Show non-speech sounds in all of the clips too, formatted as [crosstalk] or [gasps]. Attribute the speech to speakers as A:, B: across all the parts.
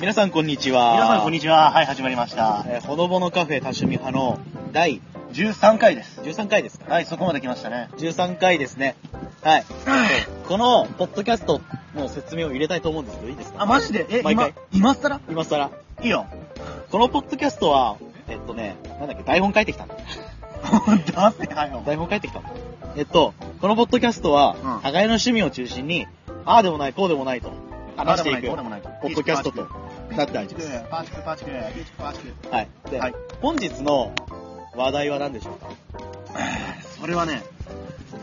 A: 皆さんこんにちは。
B: 皆さんこんに
A: ち
B: ちは。はい、始まりました。
A: えーほのぼのカフェ多趣味派の第
B: 13回です。
A: 13回ですか
B: はい、そこまで来ましたね。
A: 13回ですね。はい。この、ポッドキャストの説明を入れたいと思うんですけど、いいですか
B: あ、マジでえ、
A: 毎
B: 今
A: 回、
B: 今更
A: 今更。
B: いいよ。
A: このポッドキャストは、えっとね、なんだっけ、台本書いて
B: [laughs]
A: きたんだ。
B: だって、はいよ。
A: 台本書いてきたんだ。えっと、このポッドキャストは、
B: うん
A: 互いの趣味を中心に、ああでもない、こうでもないと、話していく、
B: どう
A: ポ
B: でもないどうでもない
A: ッドキャストとなってあります。
B: パチク、パチク、パチク、パチク。
A: はい。で、
B: はい
A: 本日の話題は何でしょうか
B: それはね、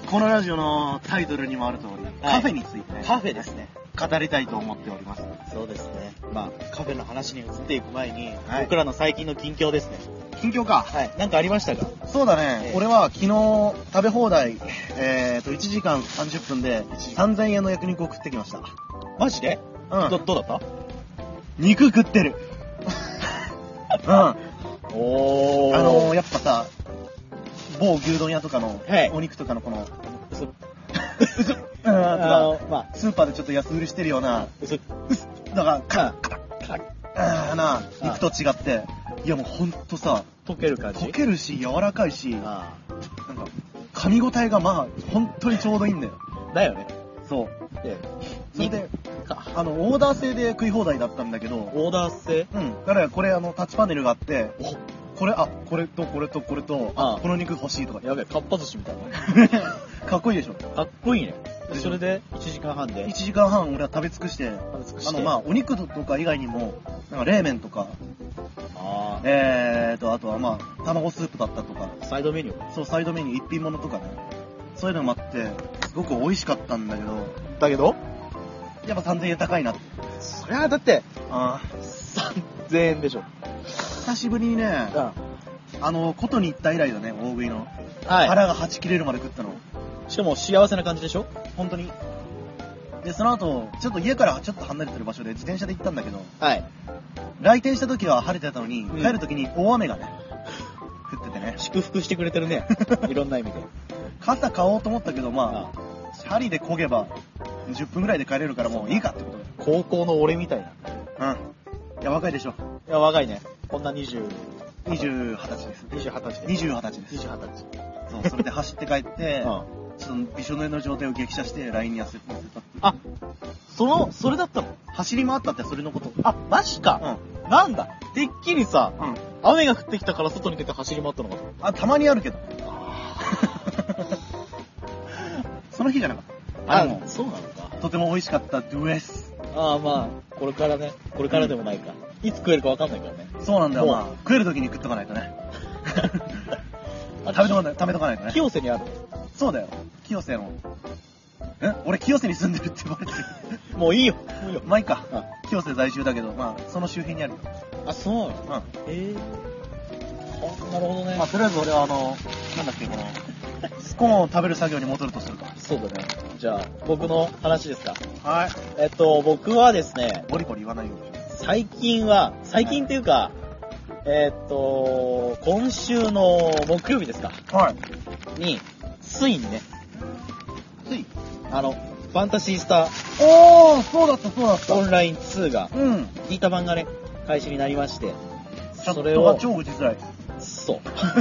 B: このラジオのタイトルにもある通り、カフェについてね、
A: カフェですね。
B: 語りたいと思っております。
A: そうですね。まあ、カフェの話に移っていく前に、
B: はい
A: 僕らの最近の近況ですね。
B: 近況か。
A: はい。なんかありましたか
B: そうだね
A: ええ
B: 俺は昨日食べ放題、えーと、1時間30分で
A: 1時間
B: 3000円の焼肉を食ってきました。
A: マジで、ど、どうだっ
B: 肉
A: [laughs]
B: 食ってる。うん。あ
A: たお
B: のー、やっぱさ、某牛丼屋とかの
A: はい、
B: お肉とかのこの、
A: 嘘、
B: うん、
A: あ
B: とか
A: の、まあ、
B: スーパーでちょっと安売りしてるような、
A: 嘘、
B: だから、カ
A: か
B: ッ、うん、な、肉と違って、いやもうほんとさ、
A: 溶ける感じ
B: 溶けるし、柔らかいし、なんか、
A: あ
B: 噛み応えがまあ、ほんとにちょうどいいんだよ。
A: あ。だよね。
B: そう。
A: で、
B: それで、
A: か。
B: あの、オーダー制で食い放題だったんだけど、
A: オーダー制
B: うん。だからこれ、あの、タッチパネルがあって、
A: お
B: これ、あ、これと、これと、これと、
A: あ
B: あ、この肉欲しいとか。
A: やべえ、かっぱ寿司みたいな。
B: [laughs] かっこいいでしょ。
A: かっこいいね。でそれで、1時間半で
B: 1、時間半俺は食べ尽くして、
A: 食べ尽くし
B: あ
A: て
B: の、まあ、お肉とか以外にも、なんか冷麺とか、
A: あ
B: えーと、あとはまあ、卵スープだったとか、
A: ーサイドメニュー。
B: そう、サイドメニュー一品物とかね、そういうのもあって、すごく美味しかったんだけど、
A: だけど、
B: やっぱ3000円高いなって。
A: そりゃ、だって、
B: あー
A: 3000円でしょ。
B: 久しぶりにね、
A: は
B: あの、ことに行った以来だね、大食いの。
A: い。
B: 腹がはち切れるまで食ったの。
A: しかも、幸せな感じでしょ
B: 本当に。で、その後、ちょっと家からちょっと離れてる場所で自転車で行ったんだけど、
A: はい。
B: 来店した時は晴れてたのに、
A: うん
B: 帰る時に大雨がね、降っててね。
A: 祝福してくれてるね。いろんな意味で。
B: 傘買おうと思ったけど、ま
A: あ
B: あ、チャリで漕げば、10分ぐらいで帰れるからもういいかってことで。
A: 高校の俺みたいな。い
B: うん。いや、若いでしょ。
A: や、若いね。こんな20、
B: 20、20歳です。
A: 20、20歳で。
B: 20、20歳です。
A: 20、20歳。
B: そう、それで走って帰って、
A: うん。
B: ちょっとびしょ濡れの状態を激写して、LINE に痩せてたっていう。
A: あ、その、それだったの
B: 走り回ったってそれのこと。
A: あ、マジ
B: う
A: か。
B: ん。
A: なんだ。てっきりさ、
B: うん。
A: 雨が降ってきたから外に出て走り回ったのかと。
B: あ、たまにあるけど。その日じゃなかった。でも、
A: そうなのか。
B: とても美味しかったです。
A: ああ、まあ、これからね、これからでもないか。いつ食えるかわかんないからね。
B: そうなんだよ、
A: もう
B: まあ。食える時に食っとかないとね。食べとかない、食べとかないとね。
A: 清瀬にあるね。
B: そうだよ。清瀬の。え俺清瀬に住んでるって言われてる。 [laughs]
A: もういいよ。もういいよ。
B: まあいいか。
A: あ
B: 清瀬在住だけど、まあ、その周辺にあるよ。
A: あ、そうなの
B: うん。ま
A: ええあなるほどね。
B: あ、とりあえず俺はあの、なんだっけ、この、スコーンを食べる作業に戻るとするか。
A: そうだね。じゃあ、僕の話ですか。
B: はい。
A: えっと、僕はですね、
B: ボリボリ言わないように。
A: 最近は、最近っていうか、えっと、今週の木曜日ですか、
B: はい。
A: に、ついにね、
B: つい。
A: あの、ファンタシースター
B: おー、そうだった、そうだっ
A: オンライン2が、
B: た。うん。
A: ギター版がね、開始になりまして、
B: チャ
A: そ
B: ッ
A: れ
B: トが
A: を、
B: 超打ちづらい。
A: そう。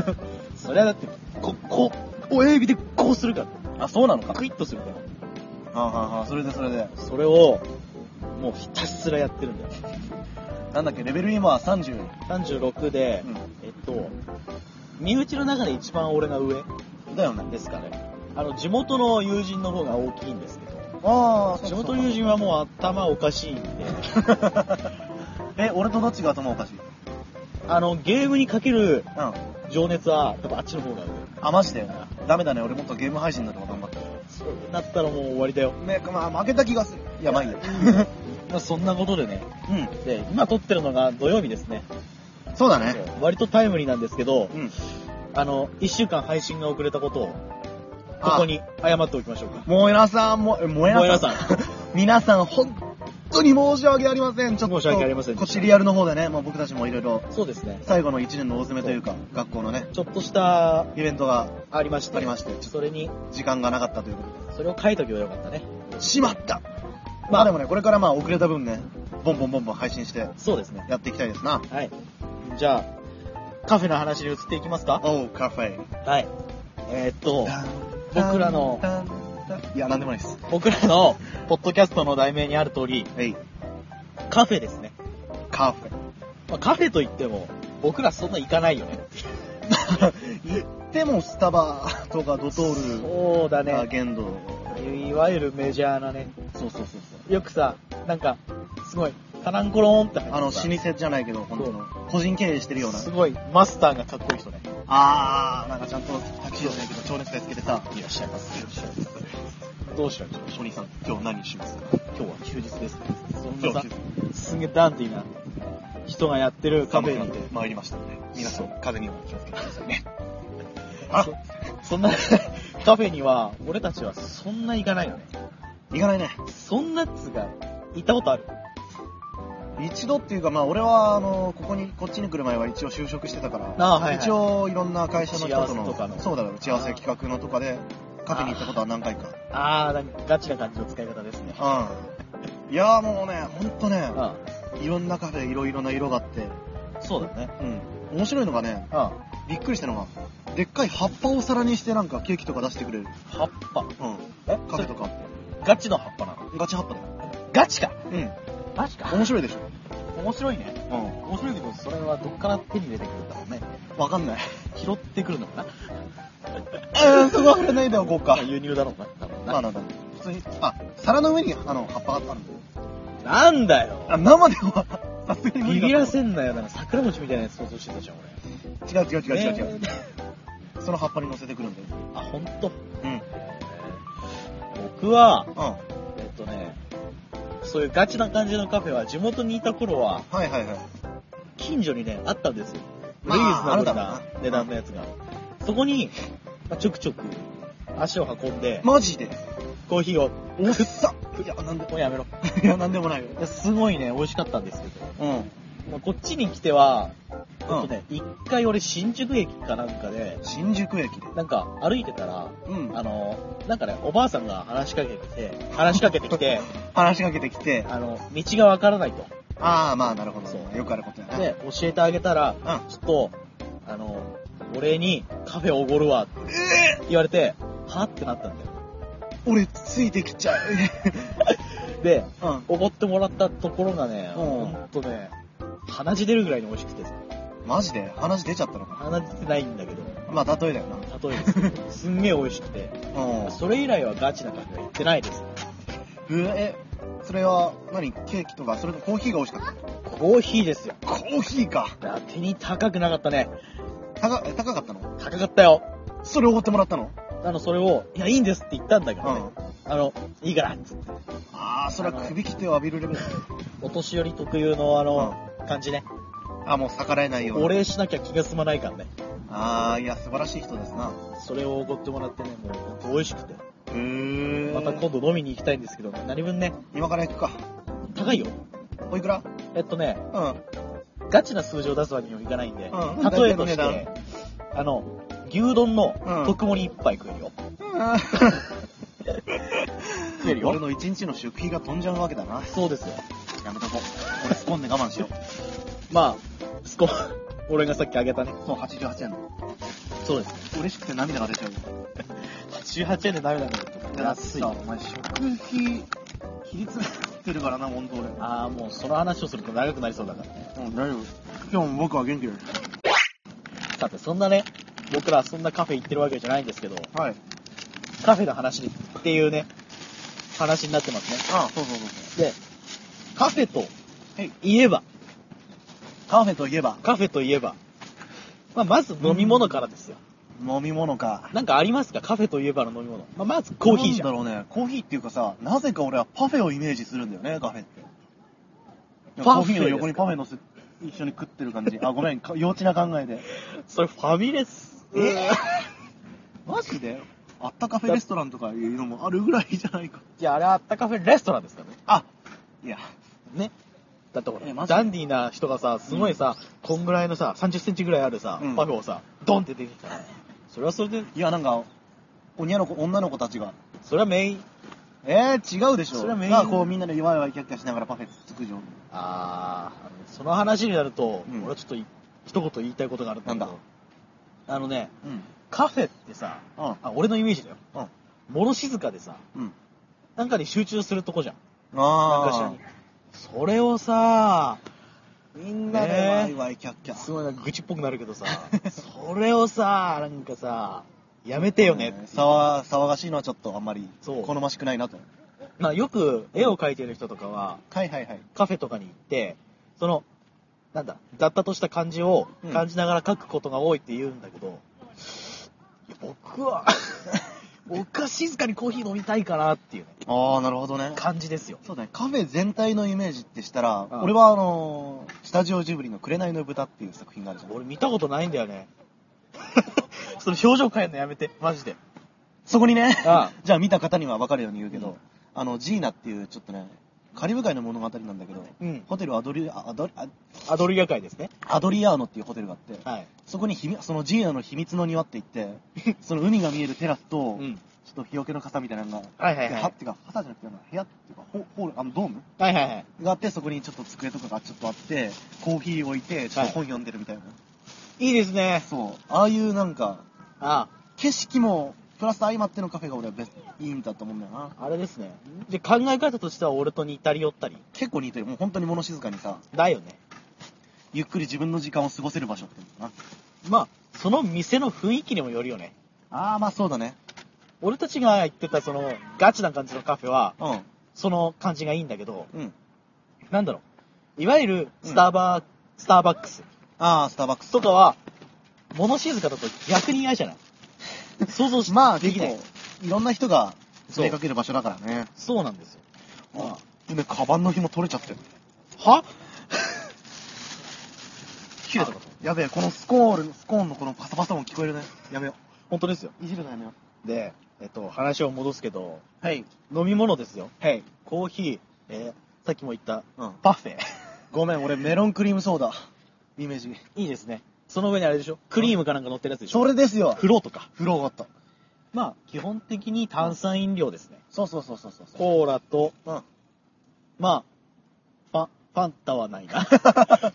A: [laughs] それはだって、こ、こ、親指でこうするか
B: あ、そうなの
A: ら、クイッとするから。
B: はあ、はあはあ、それでそれで。
A: それを、もうひたすらやってるんだよ。
B: なんだっけ、レベル今は30。
A: 36で、えっと、身内の中で一番俺が上
B: うん。だよね。
A: ですかね。あの、地元の友人の方が大きいんですけど、
B: あ
A: 地元友人はもう頭おかしいんで、
B: え、俺とどっちが頭おかしいうん。
A: あの、ゲームにかける
B: あ、
A: 情熱は、多分あっちの方が上。
B: マジでダメだね、俺もっとゲーム配信になるから頑張って。
A: そうなったらもう終わりだよ。
B: ね、まあ負けた気がする。やばいよ。
A: まあそんなことでね。
B: う
A: で、今撮ってるのが土曜日ですね。
B: ん。そうだ
A: そ
B: ね。
A: う割とタイムリーなんですけど、
B: うん。
A: あの、1週間配信が遅れたことを、こ
B: あ
A: こに謝っておきましょうか。
B: もえなさん、も、えもえなさん。
A: もえ
B: 皆さん、本当に申し訳ありません。ちょっと。
A: 申し訳ありませんで
B: こ
A: した
B: っちリアルの方でね、まあ僕たちもいろいろ、
A: そうですね。
B: 最後の一年の大詰めというか、学校のね、
A: ちょっとした、
B: イベントが、
A: ありまして。
B: ありまして
A: それに、
B: 時間がなかったということで
A: それを書いとけばよかったね。
B: しまった
A: ま
B: ま
A: あ
B: あでもね、これからまあ遅れた分ね、ボンボンボンボン配信して
A: そうですね。
B: やっていきたいですな。
A: はい。じゃあ、カフェの話に移っていきますか
B: おう、カフェ。
A: はい。えーっと、僕らの、
B: いや、なんでもないです。
A: 僕らの、ポッドキャストの題名にある通り、
B: えい、
A: カフェですね。
B: カフェ。
A: まあ、カフェといっても、僕らそんな行かないよねっていう。
B: 言ってもスタバとかドトール
A: そうだ
B: が
A: ね。
B: 限度。
A: いわゆるメジャーなね。
B: そうそうそうそう。
A: よくさ、なんか、すごい、タランコローンって入って
B: あの、老
A: さ
B: 舗じゃないけど、本当の、個人経営してるような。
A: すごい、マスターがかっこいい人ね。
B: あー、なんかちゃんとタクシーじゃないけど、超熱がつけてさ、
A: いらっしゃいます。いらっしゃいます。どうしよう、
B: お兄さん、今日何しますか
A: 今日は休日です。そん
B: 今
A: な
B: 日は
A: さ
B: 休日、
A: すんげえダンディーな人がやってるカ
B: カ
A: フ
B: フェ
A: ェ
B: な
A: に
B: んで参りましたので、皆さん、風には気をつけてくださいね。あ
A: そそんな [laughs] カフェには、俺たちはそんな行かないよね。
B: 行かないね。
A: そんなっつうか、行ったことある
B: 一度っていうか、まあ、俺は、あの、ここに、こっちに来る前は一応就職してたから、
A: あーはいはい
B: 一応、いろんな会社の人と
A: 打ち合わせと
B: の、
A: かの
B: そうだよ、打ち合わせ企画のとかで、カフェに行ったことは何回か。
A: あー、なんかガチな感じの使い方ですね。
B: うん。いやーもうね、ほんとね、
A: あ
B: いろんなカフェ、いろいろな色があって、
A: そうだね。
B: うん。面白いのがね、
A: あ
B: びっくりしたのが、でっかい葉っぱをお皿にしてなんかケーキとか出してくれる。
A: 葉っぱ。
B: うん。
A: え
B: カフェとかあっ
A: ガチの葉っぱなの
B: て。ガチ葉っぱだよ。
A: ガチか
B: う
A: マジか
B: ん。面白いでしょ。
A: 面白いね。
B: う
A: 面白いけど、それはどっから手に入れてくるんだろうね。
B: ん。わか [laughs] んない。
A: 拾ってくるのかな
B: えー、そこは触れないでおこうか
A: まあ。輸入だろうな。多分な
B: まあなんだ。普通に、あ、皿の上にあの葉っぱがあったんだよ。
A: なんだよ
B: あ、生では、 [laughs] さすがに無
A: ビビ
B: 理だと思
A: らせんなよ。なんか桜餅みたいなやつ想像してたじゃん、俺。
B: う違う違う違う違う違う。
A: ね
B: その葉っぱに乗せてくるんだよ。
A: あ、ほんと。
B: うん。
A: 僕は、
B: うん。は
A: えっとね、そういうガチな感じのカフェは、地元にいた頃は、
B: いはいはい。
A: 近所にね、あったんですよ。
B: ま
A: ま
B: あ
A: あ、リーズナブルな
B: あるだろうな
A: 値段のやつが。そこに、まあ、ちょくちょく足を運んで、
B: マジで
A: コーヒーを、
B: おっさいや、なんで、
A: もうやめろ。
B: いや、なんでもないよ。
A: いやすごいね、美味しかったんですけど。
B: うん。
A: まあこっちに来ては、ちょっとね、一、回俺新宿駅かなんかで、
B: 新宿駅で。
A: なんか歩いてたら、
B: うん。
A: あの、なんかね、おばあさんが話しかけてきて、話しかけてき
B: [laughs]
A: て、
B: 話しかけてきて、
A: あの、道がわからないと。
B: ああ、まあ、なるほど。
A: そう
B: よくあることやな。
A: で、教えてあげたら、
B: うん。
A: ちょっと、あの、俺にカフェおごるわって
B: え
A: 言われて、はってなったんだよ。
B: ー、俺、ついてきちゃう。
A: で、
B: うん。
A: おごってもらったところがね、
B: うん
A: ほんとね、鼻血出るぐらいに美味しくて、
B: [laughs] マジで話出ちゃったのか
A: 鼻血出てないんだけど、
B: な。まあ、例えだよな。
A: 例えですけ
B: [laughs]
A: ど、すんげえ美味しくて、
B: うん。
A: それ以来はガチなカフェは行ってないです。
B: え、それは、何ケーキとか、それとコーヒーが美味しかっ
A: コーヒーですよ。
B: た。コーヒーか。
A: 当てに高くなかったね。
B: 高、え、高かったの
A: 高かったよ。
B: それおごってもらったの
A: あの、それを、いや、いいんですって言ったんだけ
B: う
A: どね。
B: ん。
A: あの、いいからっつって。
B: ああ、それは首切って浴びるレベルだよ。
A: お年寄り特有のあの、感じね。
B: あ、もう逆らえないような。
A: お礼しなきゃ気が済まないからね。
B: ああ、いや、素晴らしい人ですな。
A: それをおごってもらってね、もうほんと美味しくて。
B: へえ
A: また今度飲みに行きたいんですけど、何分ね、
B: 今から行くか。
A: 高いよ。
B: おいくら
A: えっとね、
B: うん。
A: ガチな数字を出すわけにはいかないんで、
B: うん
A: 例えとし
B: 大体の値
A: て、あの、牛丼
B: うん
A: の特盛り一杯食えるよ。
B: [laughs]
A: 食えるよ
B: 俺の一日の食費が飛んじゃうわけだな。
A: そうですよ。
B: やめとこう。俺スコーンで我慢しよう。
A: まあ、スコア、俺がさっきあげたね。
B: そう、88円の。
A: そうです。
B: 嬉しくて涙が出ちゃうよ。
A: 18円でダメなんだけど、安い。
B: さ、お前食費、切り詰めてるからな、本当俺。
A: ああ、もうその話をすると長くなりそうだからね。
B: うん、大丈夫。今日も僕は元気です。
A: さて、そんなね、僕らそんなカフェ行ってるわけじゃないんですけど、
B: はい。
A: カフェの話っていうね、話になってますね。
B: ああ、そうそうそうそ
A: で、カフェと
B: はい
A: いえば、
B: う。カフェといえば、
A: カフェといえば、まあ、まず飲み物からですよ。
B: 飲み物か。
A: なんかありますかカフェといえばの飲み物。まあ、まずコーヒーじゃん。
B: なんだろうね。コーヒーっていうかさ、なぜか俺はパフェをイメージするんだよね、カフェって。コ
A: パフェ
B: ーヒーの横にパフェのせ、一緒に食ってる感じ。あ、ごめん、か幼稚な考えで。
A: それファミレス。
B: え
A: [laughs]
B: マジであったカフェレストランとかいうのもあるぐらいじゃないか。
A: いや、あれはあったカフェレストランですからね。
B: あ、いや、
A: ね。だってほ
B: えマ
A: ら、
B: ジで
A: ダンディーな人がさ、すごいさ、こんぐらいのさ、30センチぐらいあるさ、
B: うん
A: パフェをさ、ドンって出てきたら、それはそれで、
B: いや、なんか、おにゃの子、女の子たちが、
A: それはメイン、
B: えー、違うでしょ。
A: それはメイン
B: まあこうみんなでわいわいキャッキャしながらパフェつくじゃん。
A: あー、その話になると、
B: うん
A: 俺はちょっとい一言言いたいことがあるんだけど
B: なんだ
A: あのね、
B: うん。
A: カフェってさ、
B: うん。
A: あ、俺のイメージだよ。
B: うん。
A: 物静かでさ、
B: うん。
A: なんかに集中するとこじゃん。なんかしら
B: あ
A: に。それをさ、
B: ー。みんなでわいわいキャッキャ。
A: すごいなんか愚痴っぽくなるけ
B: [laughs]
A: どさ、それをさ、なんかさ、やめてよねっていう
B: えー騒騒がしいのはちょっとあんまり
A: そう
B: 好ましくないなと。
A: まあよく絵を描いてる人とかは、
B: はいはいはい。
A: カフェとかに行って、その、なんだ、雑多とした感じを
B: うん
A: 感じながら書くことが多いって言うんだけど、いや僕
B: [laughs]
A: は、僕は静かにコーヒー飲みたいかなっていうね
B: ああ、なるほどね。
A: 感じですよ。
B: そうだね、カフェ全体のイメージってしたら、
A: うん
B: 俺はあのースタジオジブリの紅の豚っていう作品があるじゃん。
A: 俺見たことないんだよね。 [laughs] その表情変えるのやめて、マジで。
B: そこにね、
A: ああ
B: [laughs] じゃあ見た方には分かるように言うけど、
A: うん
B: あの、ジーナっていうちょっとね、カリブ海の物語なんだけど、
A: うん。
B: ホテルアドリアドリア
A: アドリア会ですね。
B: アドリアーノっていうホテルがあって、
A: はい。
B: そこに秘密そのジーナの秘密の庭って言
A: [laughs]
B: って、その海が見えるテラスと、
A: うん。
B: ちょっと日よけの傘みたいなのが、
A: はいは
B: はい
A: はい。
B: ってか、傘じゃなくて、部屋っていうか、ホホール、あの、ドーム
A: はいはいはい。
B: があって、そこにちょっと机とかがちょっとあって、コーヒー置いて、ちょっと本読んでるみたいな。
A: いいですね。
B: そう。ああいうなんか、
A: あ
B: 景色も、プラス相まってのカフェが俺はベスいいんだと思うんだよな。
A: あ、あれですね。じゃあ考え方としては俺と似たり寄ったり。
B: 結構似てる。もう本当に物静かにさ、
A: だよね。
B: ゆっくり自分の時間を過ごせる場所っていうのか
A: まあ、その店の雰囲気にもよるよね。
B: な。ああー、まあそうだね。
A: 俺たちが行ってたそのガチな感じのカフェは、
B: うん。
A: その感じがいいんだけど、
B: うん。
A: なんだろう。いわゆるスターバー、スターバックス
B: ああ、スターバックス
A: とかは、物静かだと逆に嫌じゃない想像し
B: まあ
A: で
B: 結
A: きない
B: 構。、いろんな人が
A: そう
B: 出かける場所だからね。
A: そうなんですよ。あ
B: でね、カバンの紐取れちゃってる。
A: は切れたかと。
B: やべえ、このスコール、スコーンのこのパサパサ音聞こえるね。やめよ
A: 本当ですよ。
B: う。いじるのやめよう。
A: で、えっと、話を戻すけど、
B: はい。
A: 飲み物ですよ。
B: はい。
A: コーヒー、えーさっきも言った、
B: うん。
A: パフェ。
B: ごめん、俺メロンクリームソーダ。イメージ。
A: [laughs] いいですね。その上にあれでしょクリームかなんか乗ってるやつでしょ
B: それですよ。
A: フローとか。
B: 風呂上がった。
A: まあ、基本的に炭酸飲料ですね。
B: そうそうそうそうそう。
A: コーラと、
B: うん。
A: まあ、パ、パンタはない [laughs] な。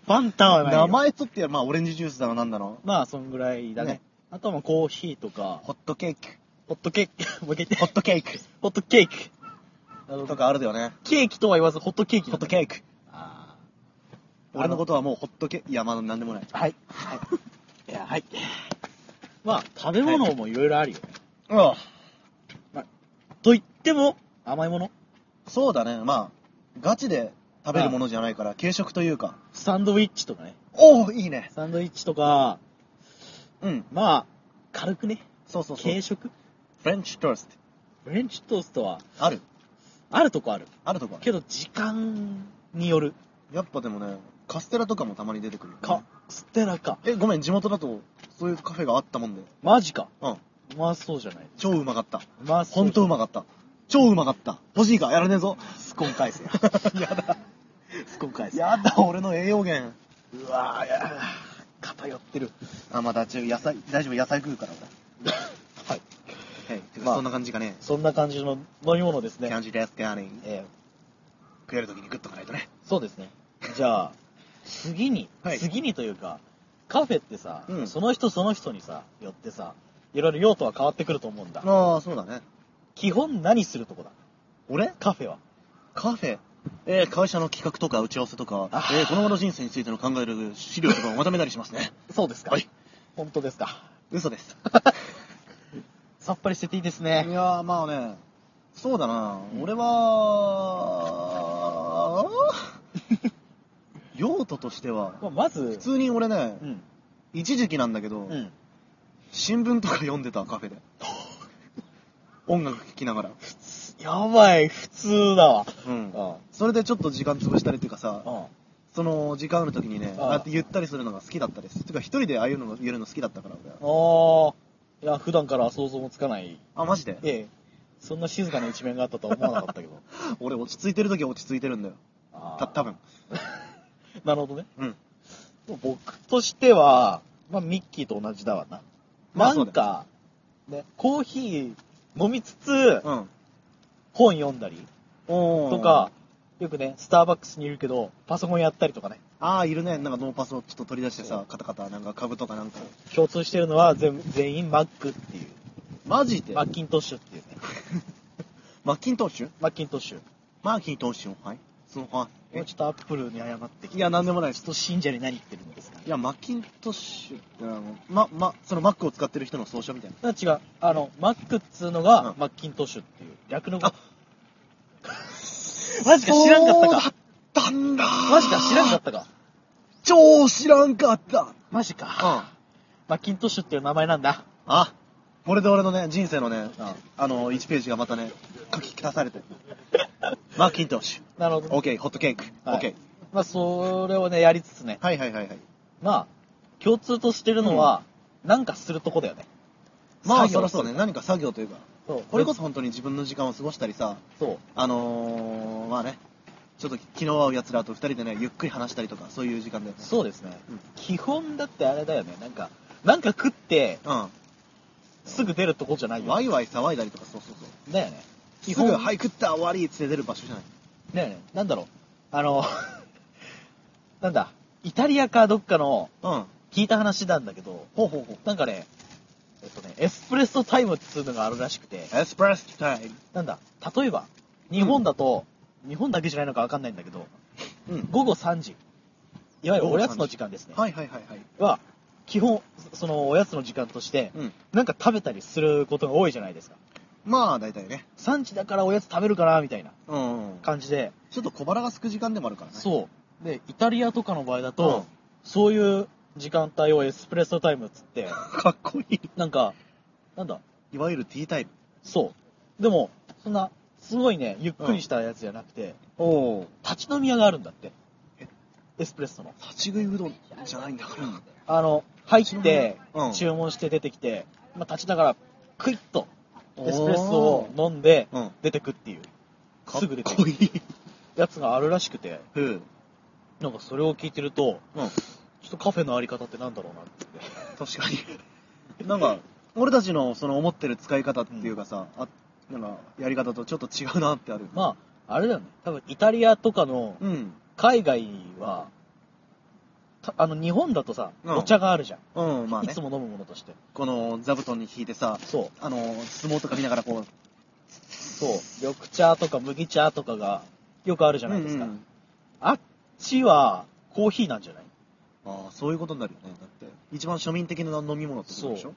A: パンタはないよ。
B: 名前取ってやる、まあ、オレンジジュースだろ、なんだろ
A: まあ、そんぐらいだね。
B: ね
A: あとはまあコーヒーと
B: う。
A: か、
B: ホットケーキ。
A: ホットケーキ、もう一回言って
B: ホットケーキ。
A: ホットケーキ。あの
B: とかあるだよね。
A: ケーキとは言わず、ホットケーキな
B: ホッ
A: んだ
B: ト
A: ね。
B: ケーキ。
A: あー
B: 俺のことはもうホットケーキ。いや、まだなんでもない。
A: はい。 [laughs] はい。いや、はい。まあ、食べ物もいろいろあるよね。
B: うん。
A: と言っても、甘いもの
B: そうだね。まあ、ガチで食べるものじゃないから、軽食というか。
A: サンドイッチとかね。
B: おおいいね。
A: サンドイッチとか、
B: うん。
A: まあ、軽くね。
B: そうそうそう。
A: 軽
B: フ
A: 食
B: レンチトースト。
A: フレンチトーストは、
B: ある
A: あるとこある。
B: あるとこある
A: けど、時間による。
B: やっぱでもね、カステラとかもたまに出てくるよね。
A: か、ステラか。
B: え、ごめん、地元だと、そういうカフェがあったもんで。
A: マジか。
B: うん。
A: うまそうじゃない。
B: 超うまかった。
A: うまそう。[laughs]
B: ほんとうまかった。超うまかった。欲しいかやらねえぞ。
A: スコン返せよ。
B: [laughs] やだ。
A: スコン返せ。
B: やだ、俺の栄養源。
A: うわぁ、いや偏ってる。
B: あ、まあ、大丈夫、野菜、大丈夫、野菜食うから、 [laughs]
A: はい。
B: 俺。はい。てか
A: まあ
B: そんな感じかね。
A: そんな感じの飲み物ですね。
B: 感じですかね。
A: えー
B: 食えるときに食っとかないとね。
A: そうですね。じゃあ、次に、
B: はい
A: 次にというか、カフェってさ、
B: うん
A: その人その人にさ、よってさ、いろいろ用途は変わってくると思うんだ。
B: ああ、そうだね。
A: 基本何するとこだ
B: 俺
A: カフェは。
B: カフェ。えー、会社の企画とか打ち合わせとか、え
A: あ
B: ー、この後の人生についての考える資料とかをまとめたりします [laughs] ね。
A: そうですか。
B: はい。
A: 本当ですか。
B: 嘘です。
A: さっぱりしてていいです
B: [laughs] い
A: ね。
B: やー、まあね、そうだな、
A: うん
B: 俺 [laughs] は、用途としては、
A: まあ、ま
B: 普
A: ず、
B: 通に俺ね
A: う、ん。
B: 一時期なんだけど、
A: うん。
B: 新聞とか読んでたカフ
A: [laughs]
B: ェで。音楽聴きながら。
A: やばい、普通だわ。
B: う。
A: うんん。
B: それでちょっと時間潰したりっていうかさ、
A: うん。
B: その時間ある時にね、
A: ああ
B: ああやってゆったりするのが好きだったです。てか一人でああいうのが言えるの好きだったから俺は。
A: あー。いや、普段から想像もつかない。
B: あ、マジで
A: ええ。そんな静かな一面があったとは思わなかったけ [laughs] ど。
B: 俺落ち着いてる時は落ち着いてるんだよ。
A: あー
B: た、多分。
A: [laughs] なるほどね。
B: うん。
A: 僕としては、まあ、ミッキーと同じだわな。
B: まあ
A: なんか、ね、コーヒー飲みつつ、
B: うん。
A: 本読んだりと
B: と
A: か、、よくね、スターバックスにいるけど、パソコンやったりとかね、
B: ああ、いるね。なんかノーパスをちょっと取り出して
A: そ
B: さ
A: う、
B: カタカタ、なんか株とかなんか。
A: 共通してるのは全全員 Mac ってい
B: マジ
A: う、
B: で
A: マッキントッシュっていうね、
B: マッキントッシュ
A: マッキントッシュ。
B: マーキントッシュはい。その、は
A: もうちょっとアップルに謝ってき
B: い。
A: て。
B: いや、なんでもないで
A: ちょ
B: す
A: っ。と信者に何言ってるんですか
B: いや、マッキントッシュって、あの、ま、ま、その Mac を使ってる人の総称みたいな。
A: あ違う。あの、マックっつうのが、
B: うん
A: マッキントッシュっていう、略の。
B: あ
A: マジか知らんかった
B: そうだ
A: か。
B: ったんだ
A: マジか知らんかったか。
B: 超知らんかったうん。
A: マジか。
B: あ、
A: マッキントッシュっていう名前なんだ。
B: これで俺のね、人生のね、
A: うん
B: あの、1ページがまたね、書き足されてる。マッキントッシ
A: なるほ
B: ュ。
A: ど。
B: オッケー、ホットケーキ。オ
A: はい
B: ッケー。
A: まあ、それをね、やりつつね。
B: はいはいはいはい。
A: まあ、共通としてるのは、なんかするとこだよね。
B: まあ、
A: 作
B: そ
A: 業
B: らそうね。何か作業というか、
A: そう。
B: これこそ本当に自分の時間を過ごしたりさ、
A: そう。
B: あのー、まあね、ちょっと昨日会う奴らと二人でね、ゆっくり話したりとか、そういう時間だよね。
A: そうですね。
B: うん
A: 基本だってあれだよね。なんか、なんか食って、
B: う
A: すぐ出るとこじゃない
B: ん。
A: よ
B: ワ
A: ね。
B: イワイ騒いだりとか、そうそうそう。
A: だよね。
B: す
A: 基
B: ぐ、
A: 本
B: はい、食った、終わりっつって出る場所じゃない。
A: ねえねえ、なんだろう、あの、 [laughs] なんだ、イタリアかどっかの
B: うん。
A: 聞いた話なんだけど、
B: ほうほうほう。
A: なんかね、えっとね、エスプレッソタイムっつうのがあるらしくて、
B: エスプレッソタイム。
A: なんだ、例えば、日本だと、日本だけじゃないのかわかんないんだけど、
B: うん。
A: 午後3時、いわゆる
B: 午後
A: お
B: 3
A: やつの時間ですね、
B: はいはいはいはい。
A: は、基本、そそのおやつの時間として、
B: うん。
A: なんか食べたりすることが多いじゃないですか。
B: まあ、大体ね。
A: 3時だからおやつ食べるかな、みたいな
B: うん。
A: 感じで、
B: ちょっと小腹が空く時間でもあるからね。う。
A: そう。で、イタリアとかの場合だ
B: う
A: と
B: ん、
A: そういう時間帯をエスプレッソタイムっつって、
B: かっこいい。
A: なんか、なんだ、
B: いわゆるティータイム。
A: そう。でも、そんな、すごいね、ゆっくりしたやつじゃなくて、
B: おお。
A: 立ち飲み屋があるんだって
B: え。
A: エスプレッソの。
B: 立ち食いうどんじゃないんだから。
A: あの、入って
B: うん、
A: 注文して出てきて、まあ、立ちながら、クイッと、エ
B: エ
A: ス
B: ス
A: プ
B: プ
A: レ
B: レ
A: ッ
B: ッ
A: ソ
B: ソ
A: を飲んで
B: を、うん。
A: 出てくっていう、すぐ出て
B: かっ
A: く
B: こいい。
A: やつがあるらしくて、
B: うん。
A: なんかそれを聞いてると、
B: うん。
A: ちょっとカフェのあり方ってなんだろうなって。
B: 確かに。 [laughs] なんか、俺たちのその思ってる使い方っていうかさ、あなんか、やり方とちょっと違うなってある。
A: まあ、あれだよね。多分、イタリアとかの
B: うん。
A: 海外は、たあの、日本だとさ、
B: うん
A: お茶があるじゃん。
B: うん、まあ
A: い
B: ね
A: つ。も飲むものとして。
B: この座布団に引いてさ、
A: そ
B: あの、相撲とか見ながらこう、
A: う。そう。緑茶とか麦茶とかがよくあるじゃないですか。
B: うんうん
A: あっちはコーヒーなんじゃない
B: ああ、そういうことになるよね。だって、一番庶民的な飲み物ってことでしょ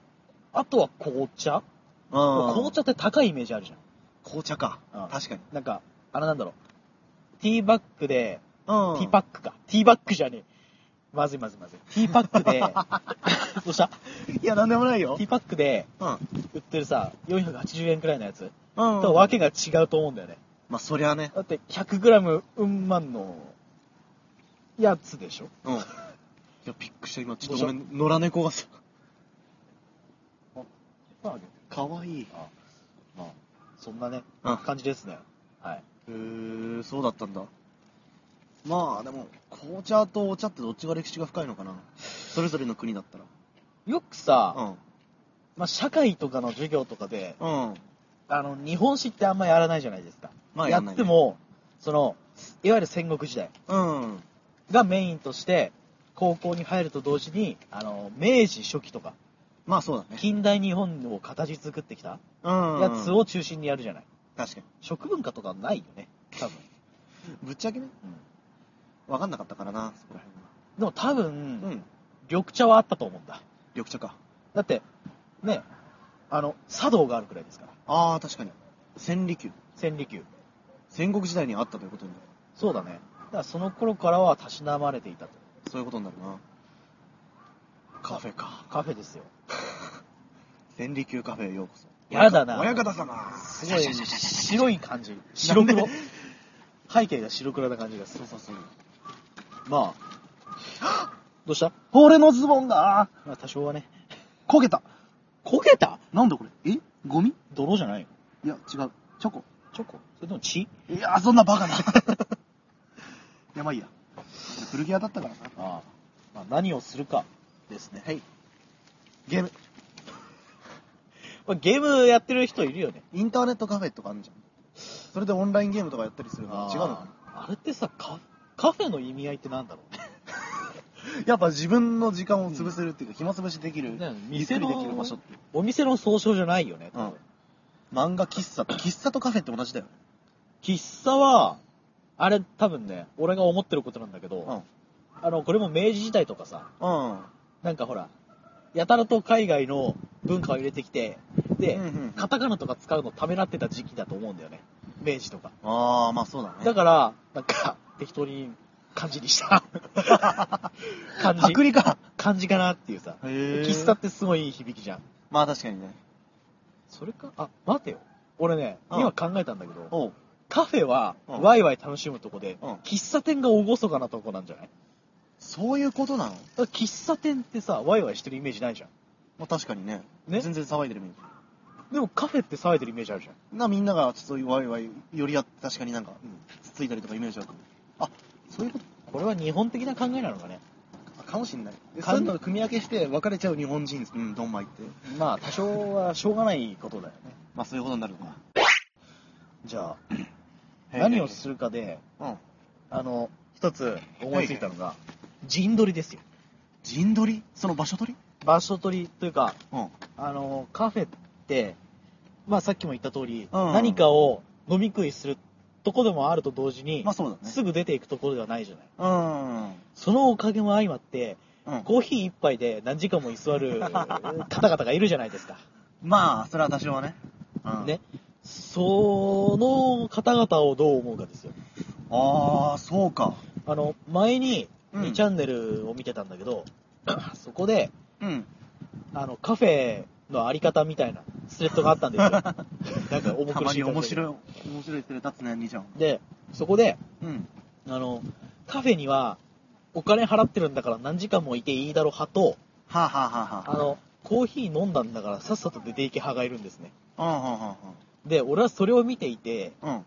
A: あとは紅茶
B: あー
A: 紅茶って高いイメージあるじゃん。
B: 紅茶か
A: うん。
B: 確かに。
A: なんか、あれなんだろう。ティーバッグで、
B: う
A: ティーパックか。ティーバッグじゃねえ。まずいまずいまずい。ティーパック
B: [laughs]
A: で、どうした
B: いや、なんでもないよ
A: ティ。ーパックで
B: うん。うん。
A: 売ってるさ、480円くらいのやつ。と
B: ま
A: わけが違うと思うんだよね。
B: あ、そりゃね。
A: だって 100g うんまんのやつでしょ [laughs]
B: うん。いや、びっくりした。今、ちょっと
A: どう
B: ごめん、野良猫がさ、
A: まあ、
B: かわいい。
A: まあ、そんなね、
B: うん
A: 感じですね。はい。
B: へー、そうだったんだ。まあ、でも、紅茶とお茶ってどっちが歴史が深いのかなそれぞれの国だったら。
A: よくさ、
B: うん。
A: まあ、社会とかの授業とかで、
B: うん。
A: あの、日本史ってあんまやらないじゃないですか。
B: まあ、
A: や
B: んない
A: って。も、その、いわゆる戦国時代
B: うん。
A: がメインとして、高校に入ると同時に、あの、明治初期とか、
B: まあ、そうだね。
A: 近代日本を形作ってきた
B: うん。
A: やつ。を中心にやるじゃない。
B: 確かに。
A: 食文化とかないよね、多分。
B: ぶっちゃけね。わかんなかったからな、そこら
A: でも多分、
B: 辺は。うん。
A: 緑茶はあったと思うんだ。
B: 緑茶か。
A: だって、ね、あの、茶道があるくらいですから。
B: ああ、確かに。千里宮。
A: 千里宮。
B: 戦国時代にあったということになる。
A: そうだね。だからその頃からはたしなまれていたと。
B: そういうことになるな。カフェか。
A: カフェですよ。
B: 千里宮カフェへようこそ。
A: やだな
B: 親方様。
A: すごい
B: シャシャシャシャシャ
A: 白い感じ。白
B: な
A: 黒
B: んで。
A: 背景が白黒な感じがす
B: そ
A: る
B: う。そうそう。
A: まあ。 [gasps] どうした
B: 俺のズボンが、
A: まあ多少はね。
B: 焦げた。
A: 焦げた
B: なんだこれ。えゴミ
A: 泥じゃないよ。
B: いや、違う。チョコ。
A: チョコそれとも血
B: いや、そんなバ [laughs] カな。やばいや。古着屋だったからな。
A: ああ。まあ何をするかですね。
B: はい。ゲーム、
A: [laughs] まあゲームやってる人いるよね。
B: インターネットカフェとかあるじゃん。それでオンラインゲームとかやったりするの
A: あ
B: は
A: ー
B: 違うのか
A: あれってさカカフェの意味合いってなんだろうね
B: な [laughs] やっぱ自分の時間を潰せるっていうか、暇つぶしできる、
A: ね
B: ゆっく
A: 店
B: り
A: の
B: できる場所っていう
A: お店の総称じゃないよね、多分
B: うん漫画喫茶と喫茶とカフェって同じだよ、
A: 喫茶はあれ多分ね俺が思ってることなんだけど、
B: ん
A: あのこれも明治時代とかさ
B: うん
A: なんかほらやたらと海外の文化を入れてきてで、
B: うんうん
A: カタカナとか使うのためらってた時期だと思うんだよね明治とか
B: ああまあそうだね
A: だからなんか適当に漢字にした
B: [laughs]
A: 漢字
B: パクリか [laughs]
A: 漢字かなっていうさ
B: へー
A: 喫茶ってすごいいい響きじゃん
B: まあ確かにね
A: それかあ待てよ俺ね
B: うん
A: 今考えたんだけど
B: おう
A: カフェは
B: うん
A: ワイワイ楽しむとこで、
B: うん
A: 喫茶店が厳かなとこなんじゃない
B: そういうことなの
A: だから喫茶店ってさワイワイしてるイメージないじゃん
B: まあ確かにね
A: ね
B: 全然騒いでるみたい
A: でもカフェって騒いでるイメージあるじゃん
B: なみんながちょっとそういうワイワイ寄り合って確かになんか、つついたりとかイメージあると思うあそういうこと
A: これは日本的な考えなのかね
B: あかもしんないで
A: か
B: そ
A: ん
B: ういうのを組み分けして別れちゃう日本人うんドンマイって
A: まあ多少はしょうがないことだよね
B: まあそういうことになるのか
A: じゃあ
B: へー
A: 何をするかで
B: うん
A: あの一つ思いついたのが陣取りですよ
B: 陣取りその場所取り
A: 場所取りというか
B: うん
A: あのカフェって、まあ、さっきも言った通り、
B: うん
A: 何かを飲み食いするとこでもあると同時に、
B: まあそうだね
A: すぐ出ていくところではないじゃない
B: うん
A: そのおかげも相まって
B: うん
A: コーヒー一杯で何時間も居座
B: [laughs]
A: る方々がいるじゃないですか、
B: まあそれは多少はねうん
A: ねその方々をどう思うかですよ
B: ああそうか
A: あの前に
B: うん
A: 2チャンネルを見てたんだけど、 [clears throat] そこで
B: うん
A: あのカフェのあり方みたいなスレッドがあった
B: [laughs]
A: んですよなんか重
B: た
A: 苦
B: ま
A: しい感じ
B: に面
A: で
B: 白い面白いそれ立つね兄ちゃん
A: でそこで
B: うん
A: あのカフェにはお金払ってるんだから何時間もいていいだろう派と
B: はあ、はあはあは
A: あのコーヒー飲んだんだからさっさと出ていけ派がいるんですね
B: あ、うんうんうん
A: で俺はそれを見ていて
B: うんうん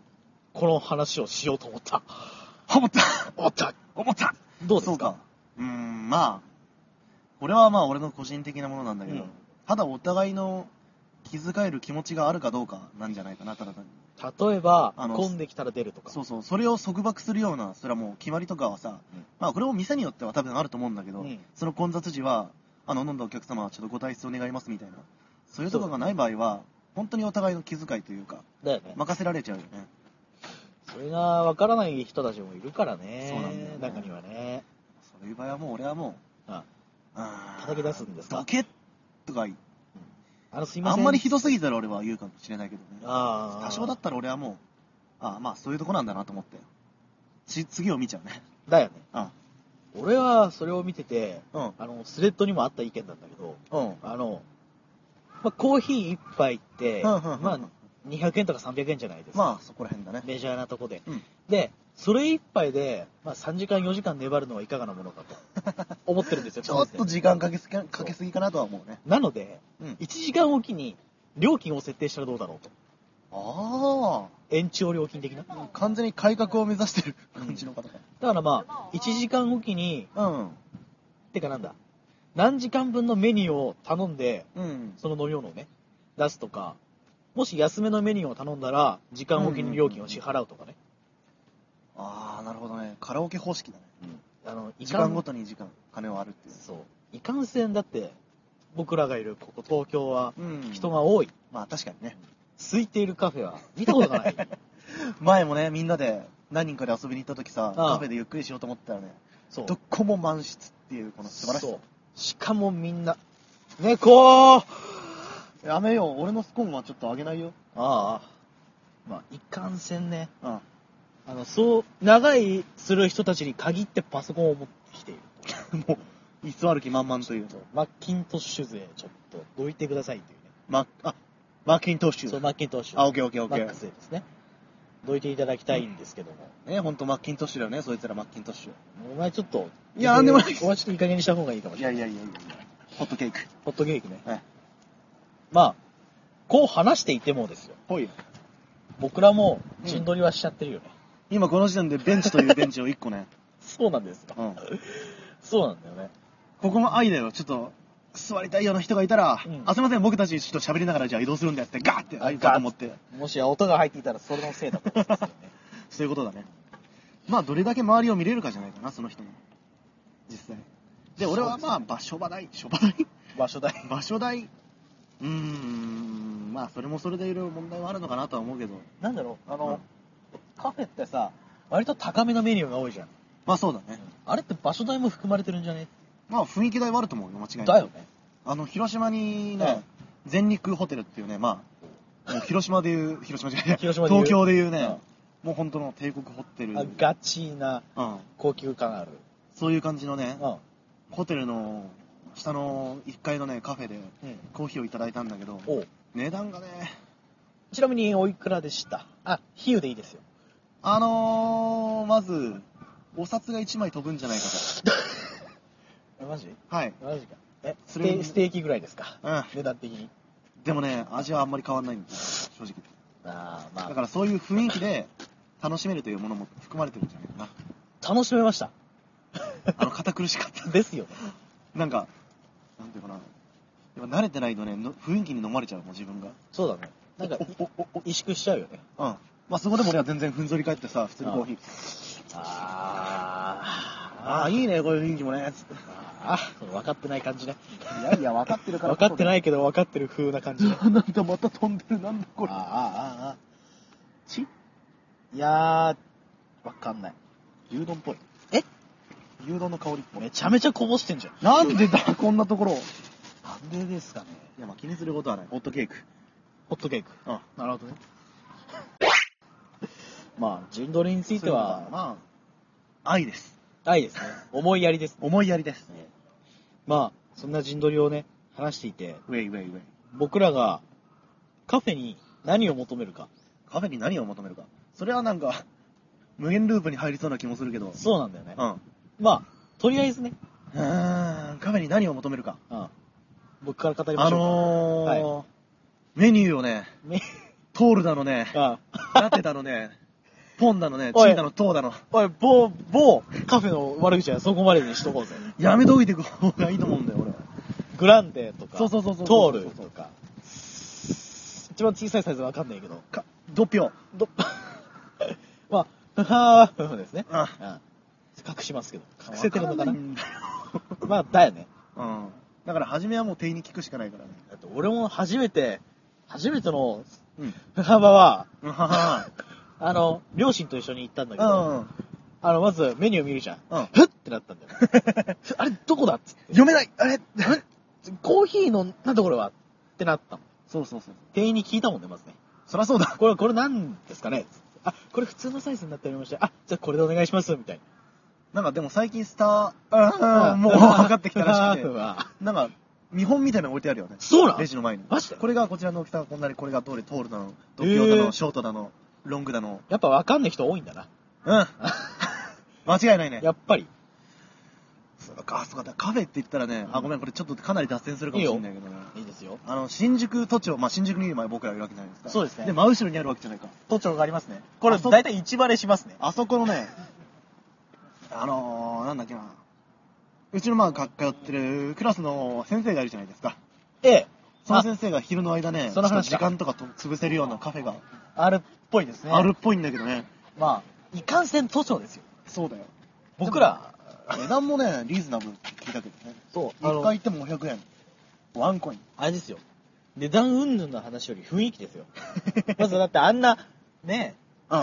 A: この話をしようと思った
B: ハモった [laughs]
A: 思った
B: 思った
A: どうですか
B: そうかうーんまあこれはまあ俺の個人的なものなんだけど、
A: うん
B: ただお互いの気遣える気持ちがあるかどうかなんじゃないかなただ単に
A: 例えば
B: あの
A: 混んできたら出るとか
B: そうそうそれを束縛するようなそれはもう決まりとかはさ、
A: うん
B: まあこれも店によっては多分あると思うんだけど、
A: うん
B: その混雑時はあの飲んだお客様はちょっとご退出願いますみたいなそういうとこがない場合は本当にお互いの気遣いというか
A: だよね、
B: 任せられちゃうよね
A: それが分からない人たちもいるからね
B: そうなんだよね
A: 中にはね
B: そういう場合はもう俺はもう
A: あ
B: あー
A: 叩き出すんですか
B: どけとか言い
A: あのすいま
B: あ
A: せん
B: んまりひどすぎたら俺は言うかもしれないけどね
A: ああ
B: 多少だったら俺はもうああまあそういうとこなんだなと思ってち次を見ちゃうね
A: だよね
B: あ
A: 俺はそれを見てて
B: うん
A: あのスレッドにもあった意見なんだけど
B: うんうん
A: あの、まあ、コーヒー一杯って、
B: うんうんうん
A: まあ、200円とか300円じゃないですか、
B: まあそこら辺だね
A: メジャーなとこで、
B: うん
A: でそれ一杯で、まあ、3時間4時間粘るのはいかがなものか
B: [laughs]
A: と思ってるんですよ
B: ちょっ
A: その
B: と
A: 時点で
B: 時間かけすぎかけすぎかなとは思うね
A: なので
B: うん
A: 1時間おきに料金を設定したらどうだろうと
B: あ
A: 延長料金的な
B: あ完全に改革を目指してる
A: うん
B: 感じの方が
A: だからまあ1時間おきに
B: うん
A: てかなんだ何時間分のメニューを頼んで
B: うん
A: その飲み物をね出すとかもし安めのメニューを頼んだら時間おきに料金を支払うとかね、
B: ああなるほどねカラオケ方式だね
A: あのい
B: 時
A: かん
B: 間ごとに時間金はあるっていう
A: そういかんせんだって僕らがいるここ東京は
B: うん
A: 人が多い、
B: まあ確かにね
A: 空いているカフェは見たことがない
B: [laughs] 前もねみんなで何人かで遊びに行った時さ
A: ああ
B: カフェでゆっくりしようと思ったらね
A: そう
B: どこも満室っていうこの素晴らし
A: そ
B: さ
A: うしかもみんな猫あ
B: やめよう俺のスコーンはちょっとあげないよ
A: あまあいかんせんね
B: うん
A: あのそう長いする人たちに限ってパソコンを持ってきている
B: もう、居座る気満々という。
A: マッキントッシュ勢ちょっとどいてくださいっていうね
B: マあ、マーキントッシ
A: そう
B: ュ。
A: マッキントッシュ
B: あ、オッケーオッケーオッ
A: マ
B: ケ
A: ック
B: ー。
A: スですね。どいていただきたいんですけども。
B: ね、ほんとマッキントッシュだよね、そいつらマッキントッシュ。
A: お前ちょっと、
B: いやなんでもないです
A: お前ちょっといい加減にした方がいいかもし
B: い
A: れな
B: や
A: い。
B: いやいやいやホットケーク。
A: ホットケーキね。
B: はい。
A: まあ、こう話していてもですよ。
B: ほい。
A: 僕らも陣取りはしちゃってるよね。
B: 今この時点でベンチというベンチを1個ね。
A: そうなんですよ。
B: うん。
A: そうなんだよね。
B: ここも愛だよ、ちょっと、座りたいような人がいたら、
A: うん
B: あ、すいません、僕たちちょっと喋りながらじゃあ移動するんだよって、ガーって、
A: あ
B: あいかと思って。
A: もしや音が入っていたらそれのせいだと思いますけどね
B: そういうことだね。まあ、どれだけ周りを見れるかじゃないかな、その人の。実際。で、俺はまあ、場所場代、所場代
A: [laughs]
B: [laughs]
A: 場所代
B: 場所代。うーん、まあ、それもそれでいろいろ問題はあるのかなとは思うけど。
A: なんだろうあの、カフェってさ割と高めのメニューが多いじゃん、
B: まあ、そうだね。
A: あれって場所代も含まれてるんじゃね
B: まあ、雰囲気代はあると思うよ、間違いない。
A: だよね
B: あの、広島にね
A: え、
B: 全日空ホテルっていうね、まあ、もう広島でいう、広島じゃない、
A: [laughs] 広島でいう
B: 東京でいうね、もう本当の帝国ホテル、
A: あガチな
B: うん、
A: 高級感ある、
B: そういう感じのね、
A: うん
B: ホテルの下の1階のね、カフェで
A: うん、
B: コーヒーをいただいたんだけど、
A: おう
B: 値段がね、
A: ちなみにおいくらでしたあ比喩でいいですよ
B: あのー、まず、お札が1枚飛ぶんじゃないか
A: えマジ
B: と。はい。
A: マジかえス
B: それ
A: テステーキぐらいですか
B: うん。
A: 値段的に
B: でもね、味はあんまり変わんないんです正直。
A: ああま
B: だからそういう雰囲気で楽しめるというものも含まれてるんじゃないかな。
A: あ楽しめました [laughs]
B: あの、堅苦しかった。
A: ですよね
B: なんか、なんていうかな、やっぱ慣れてないとね、の雰囲気に飲まれちゃう、もう自分が。
A: そうだねなんかい
B: おおおお
A: 萎縮しちゃうよね
B: うん。まあそこでも俺は全然ふんぞり返ってさ、普通にコーヒー。
A: あ
B: ああー、いいね、こういう雰囲気もね、つって。
A: あー分かってない感じね
B: いやいや、分かってるから。
A: 分かってないいけど分かってる風な感じね
B: なんだ、また飛んでる、なんだ
A: あー
B: こ
A: あー
B: れ。
A: あーあ
B: ち
A: ーいやー分かんない
B: 牛丼っぽい。
A: え
B: 牛丼の香りっぽ
A: め
B: い。
A: ちゃめちゃこぼしてんじゃん
B: なんでだ、 [laughs] こんなところ。い
A: なんでですかね
B: や、まあ気にすることはない。ホットケーク。
A: ホットケーク
B: うん。
A: なるほどね [laughs] まあ順取りについては
B: まあ、愛です。
A: ないですね思いやりです
B: 思いやりです。
A: ねまあそんな陣取りをね話していて
B: ウェイウェイウェイ。
A: 僕らがカフェに何を求めるか
B: カフェに何を求めるか。それはなんか、無限ループに入りそうな気もするけど。
A: そうなんだよね
B: うん。う
A: まあとりあえずね、
B: ーん、カフェに何を求めるか。
A: うん、僕から語りま
B: あ
A: しょ
B: のー
A: は
B: メニューをね、 [laughs]
A: うか、
B: トールだのね、
A: あ
B: ラテだの [laughs] ね、ポンだのね、チ
A: おい
B: ーだの、トーだの。
A: おい某某カフェの悪口はそこまでにしとこうぜ
B: やめといてく方がいいと思うんだよ、俺。
A: グランデとか
B: そうそうそうそう
A: トールとか一番小さいサイズわかんないけど
B: か、ドピョ。
A: ど [laughs] まあふ [laughs] はーふふですね、
B: あ
A: うん、隠しますけど隠
B: 隠
A: せ
B: せ
A: て
B: て
A: る
B: る
A: のか
B: のか
A: な
B: な。
A: まあだよね
B: うん。だから、初めはもう店員に聞くしかないからね。
A: だって俺も初めて初めての
B: うん。
A: 幅は
B: うんはは
A: [laughs] あの両親と一緒に行ったんだけど、
B: [laughs] は。
A: あのまずメニュー見るじゃん、
B: うん
A: ふっってなった
B: [laughs]
A: んだよあれどこだっつっ
B: うん。読めないあれ
A: てコーヒーのなんだこれはってなったの
B: そうそうそう。
A: 店員に聞いたもんねまずね
B: そりゃそうだ。
A: これこれ何ですかねつってあこれ普通のサイズになっておりましてあじゃあこれでお願いしますみたい
B: なんかでも最近スター、
A: な、
B: うん、もう分かってきたらしく [laughs] て。
A: わ
B: なんか、見本みたいなの置いてあるよね。
A: そうなん
B: レジの前に。
A: マジで
B: これがこちらの大きさがこんなに、これが通る、通るだの、ドッキョだ
A: えー
B: の、ショートだの、ロングだの。
A: やっぱ分かんない人多いんだ
B: [laughs]
A: な
B: うん。間違いないね。
A: やっぱり
B: そうか、そうかだ、カフェって言ったらね、あ、ごめん、これちょっとかなり脱線するかもしれないけどね。
A: いいですよ
B: あの、新宿都庁、まあ、新宿に今僕らいるわけじゃないですか。
A: そうですね
B: で、真後ろにあるわけじゃないか。
A: 都庁がありますね
B: これ
A: 体一バレしますね
B: あそこのね、あのー、なんだっけな。うちのまあ、学科やってるクラスの先生がいるじゃないですか。
A: ええ
B: その先生が昼の間ね、
A: その話
B: ちょ
A: だ
B: っと時間とかと潰せるようなカフェが
A: あるっぽいですね
B: あるっぽいんだけどね。
A: まあいかんせん都庁ですよ
B: そうだよ。
A: 僕ら
B: 値段もね、リーズナブルって聞いたけどね。
A: そうあ
B: 一
A: の
B: 回行っても500円。ワンコイン。
A: あれですよ値段云々の話より雰囲気ですよまずだってあんなね
B: うん。
A: え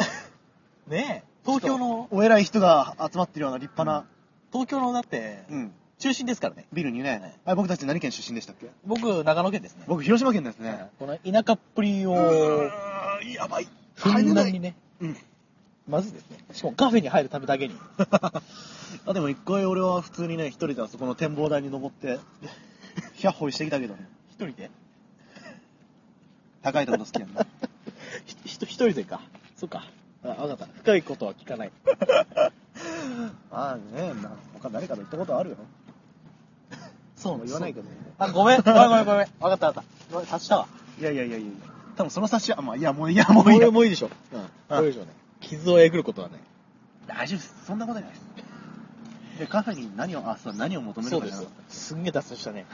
A: ねえ東京の
B: お偉い人が集まってるような立派な、
A: 東京のだって
B: うん、
A: 中心ですからね
B: ビルにね、
A: はい
B: あれ僕たち何県出身でしたっけ
A: 僕長野県ですね
B: 僕、広島県です
A: はい
B: ね。
A: この田舎っぷり
B: う
A: を
B: ーんやばい。
A: ふ
B: 入れ
A: んだ
B: なん
A: に
B: い。
A: ね
B: うん。 [laughs]
A: まずいですねしかもカフェに入るためだけに
B: あでも一回俺は普通にね、一人であそこの展望台に登って、百歩してきたけどね。
A: 一人で
B: 高いところ好きやんな。
A: ひひと一人でかそうかあ分かった深いことは聞かない
B: ああね、まあ他誰かと行ったことあるよ。
A: [laughs] そ
B: 言わないけどね。
A: あご
B: [laughs]
A: めんごめんごめんごめん分かった分かったごめん察したわ
B: いやいやいやいや多分その差しは、まあ、いやもういいや、も
A: こ
B: ういい
A: れ
B: や。
A: もういいでしょ
B: うん
A: これでしょうね傷をえぐることはね
B: 大丈夫です。そんなことないです。でカフェに何をあそう何を求め
A: そう
B: るか
A: で
B: じゃな
A: す
B: かっ。
A: すんげえ脱線した
B: [laughs]
A: ね。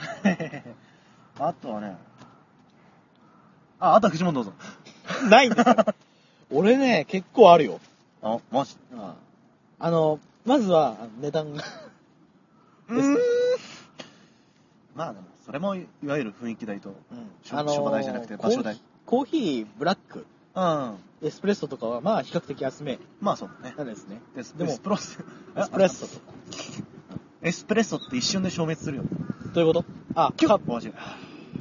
B: たあとはねああとはフジモンどうぞ
A: ないんですよ。俺ね、結構あるよ。
B: あマジあ
A: あの、まずは、値段が。
B: うーんまあでもそれもいわゆる雰囲気代としょ
A: あのー
B: 商売代じゃなくて場所代
A: コーヒー、ブラック、
B: うん
A: エスプレッソとかは、まあ、比較的安め
B: まあそうだね
A: なんですね。
B: エス
A: でも
B: エスプロス
A: エスプレッソとか。
B: エスプレッソって一瞬で消滅するよね
A: どういうことあ、カップ。
B: マジで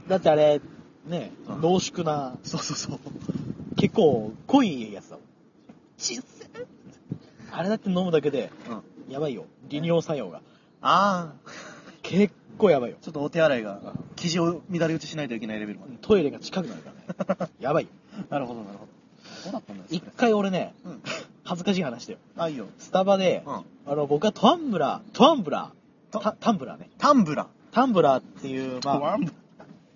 A: だってあれ、ね、
B: うん
A: 濃縮な、
B: そうそうそう
A: 結構濃いやつだもん。ちっせーあれだって飲むだけで、
B: うん
A: やばいよ。利尿作用が。
B: ああ
A: 結構やばいよ。
B: ちょっとお手洗いが生地を乱れ打ちしないといけないレベルまで
A: トイレが近くなるからね。やばいよ。
B: [laughs] なるほどなるほどそうだったんだ
A: 一回俺ね、
B: うん
A: 恥ずかしい話だよ。
B: あいいよ
A: スタバで、
B: うん
A: あの、僕はトアンブラー、トアンブラー、
B: と
A: タタンブラーね。
B: タンブラー
A: タンブラーっていう、
B: [laughs]
A: まあ、
B: ンブ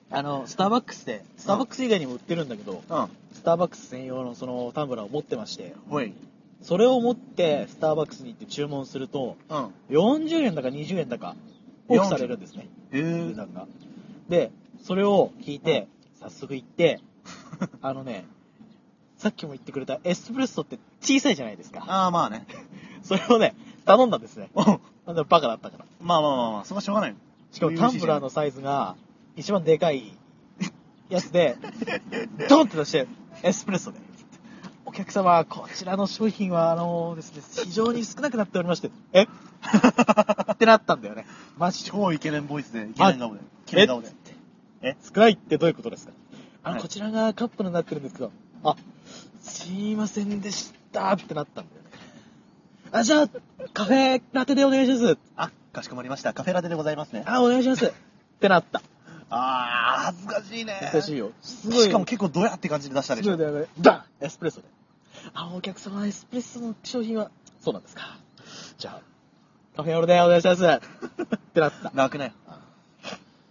A: あの、スターバックスで、スターバックス以外にも売ってるんだけど、
B: ラー
A: スターバックス専用のそのタンブラーを持ってまして、
B: うんほい
A: それを持ってスターバックスに行って注文すると、
B: うんへ
A: 40円だか20円だか、オフされるんですね、値
B: え
A: 段が。で、それを聞いて、早速行って、あのね、さっきも言ってくれたエスプレッソって小さいじゃないですか。
B: [laughs] ああまあね
A: [laughs] それをね、頼んだんですね。
B: おう
A: なんでバカだったから。
B: まあまあまあまあそこはしょうがない
A: しかもタンブラー
B: [laughs]
A: のサイズが一番でかいやつ
B: [laughs]
A: で、ドンって出して、エスプレッソで。お客様、こちらの商品は、あのですね、非常に少なくなっておりまして、えってなったんだよね。マジで。
B: 超イケメンボイスで、イケメン顔で、イケメン顔で。
A: 少ないってどういうことですかあの、
B: はい
A: こちらがカップになってるんですけど、あ、すいませんでしたってなったんだよね。あ、じゃあ、カフェラテでお願いします。
B: あ、かしこまりました。カフェラテでございますね。
A: あ、お願いします。ってなった。
B: あー、恥ずかしいね。
A: 難しいよ。すごい。
B: しかも結構ドヤって感じで出したでしょ。
A: すぐでバンエスプレッソで。あ、お客様、エスプレッソの商品は、そうなんですか。じゃあ、カフェオレでお願いします。ってな
B: [laughs]
A: った。
B: 泣くね。あ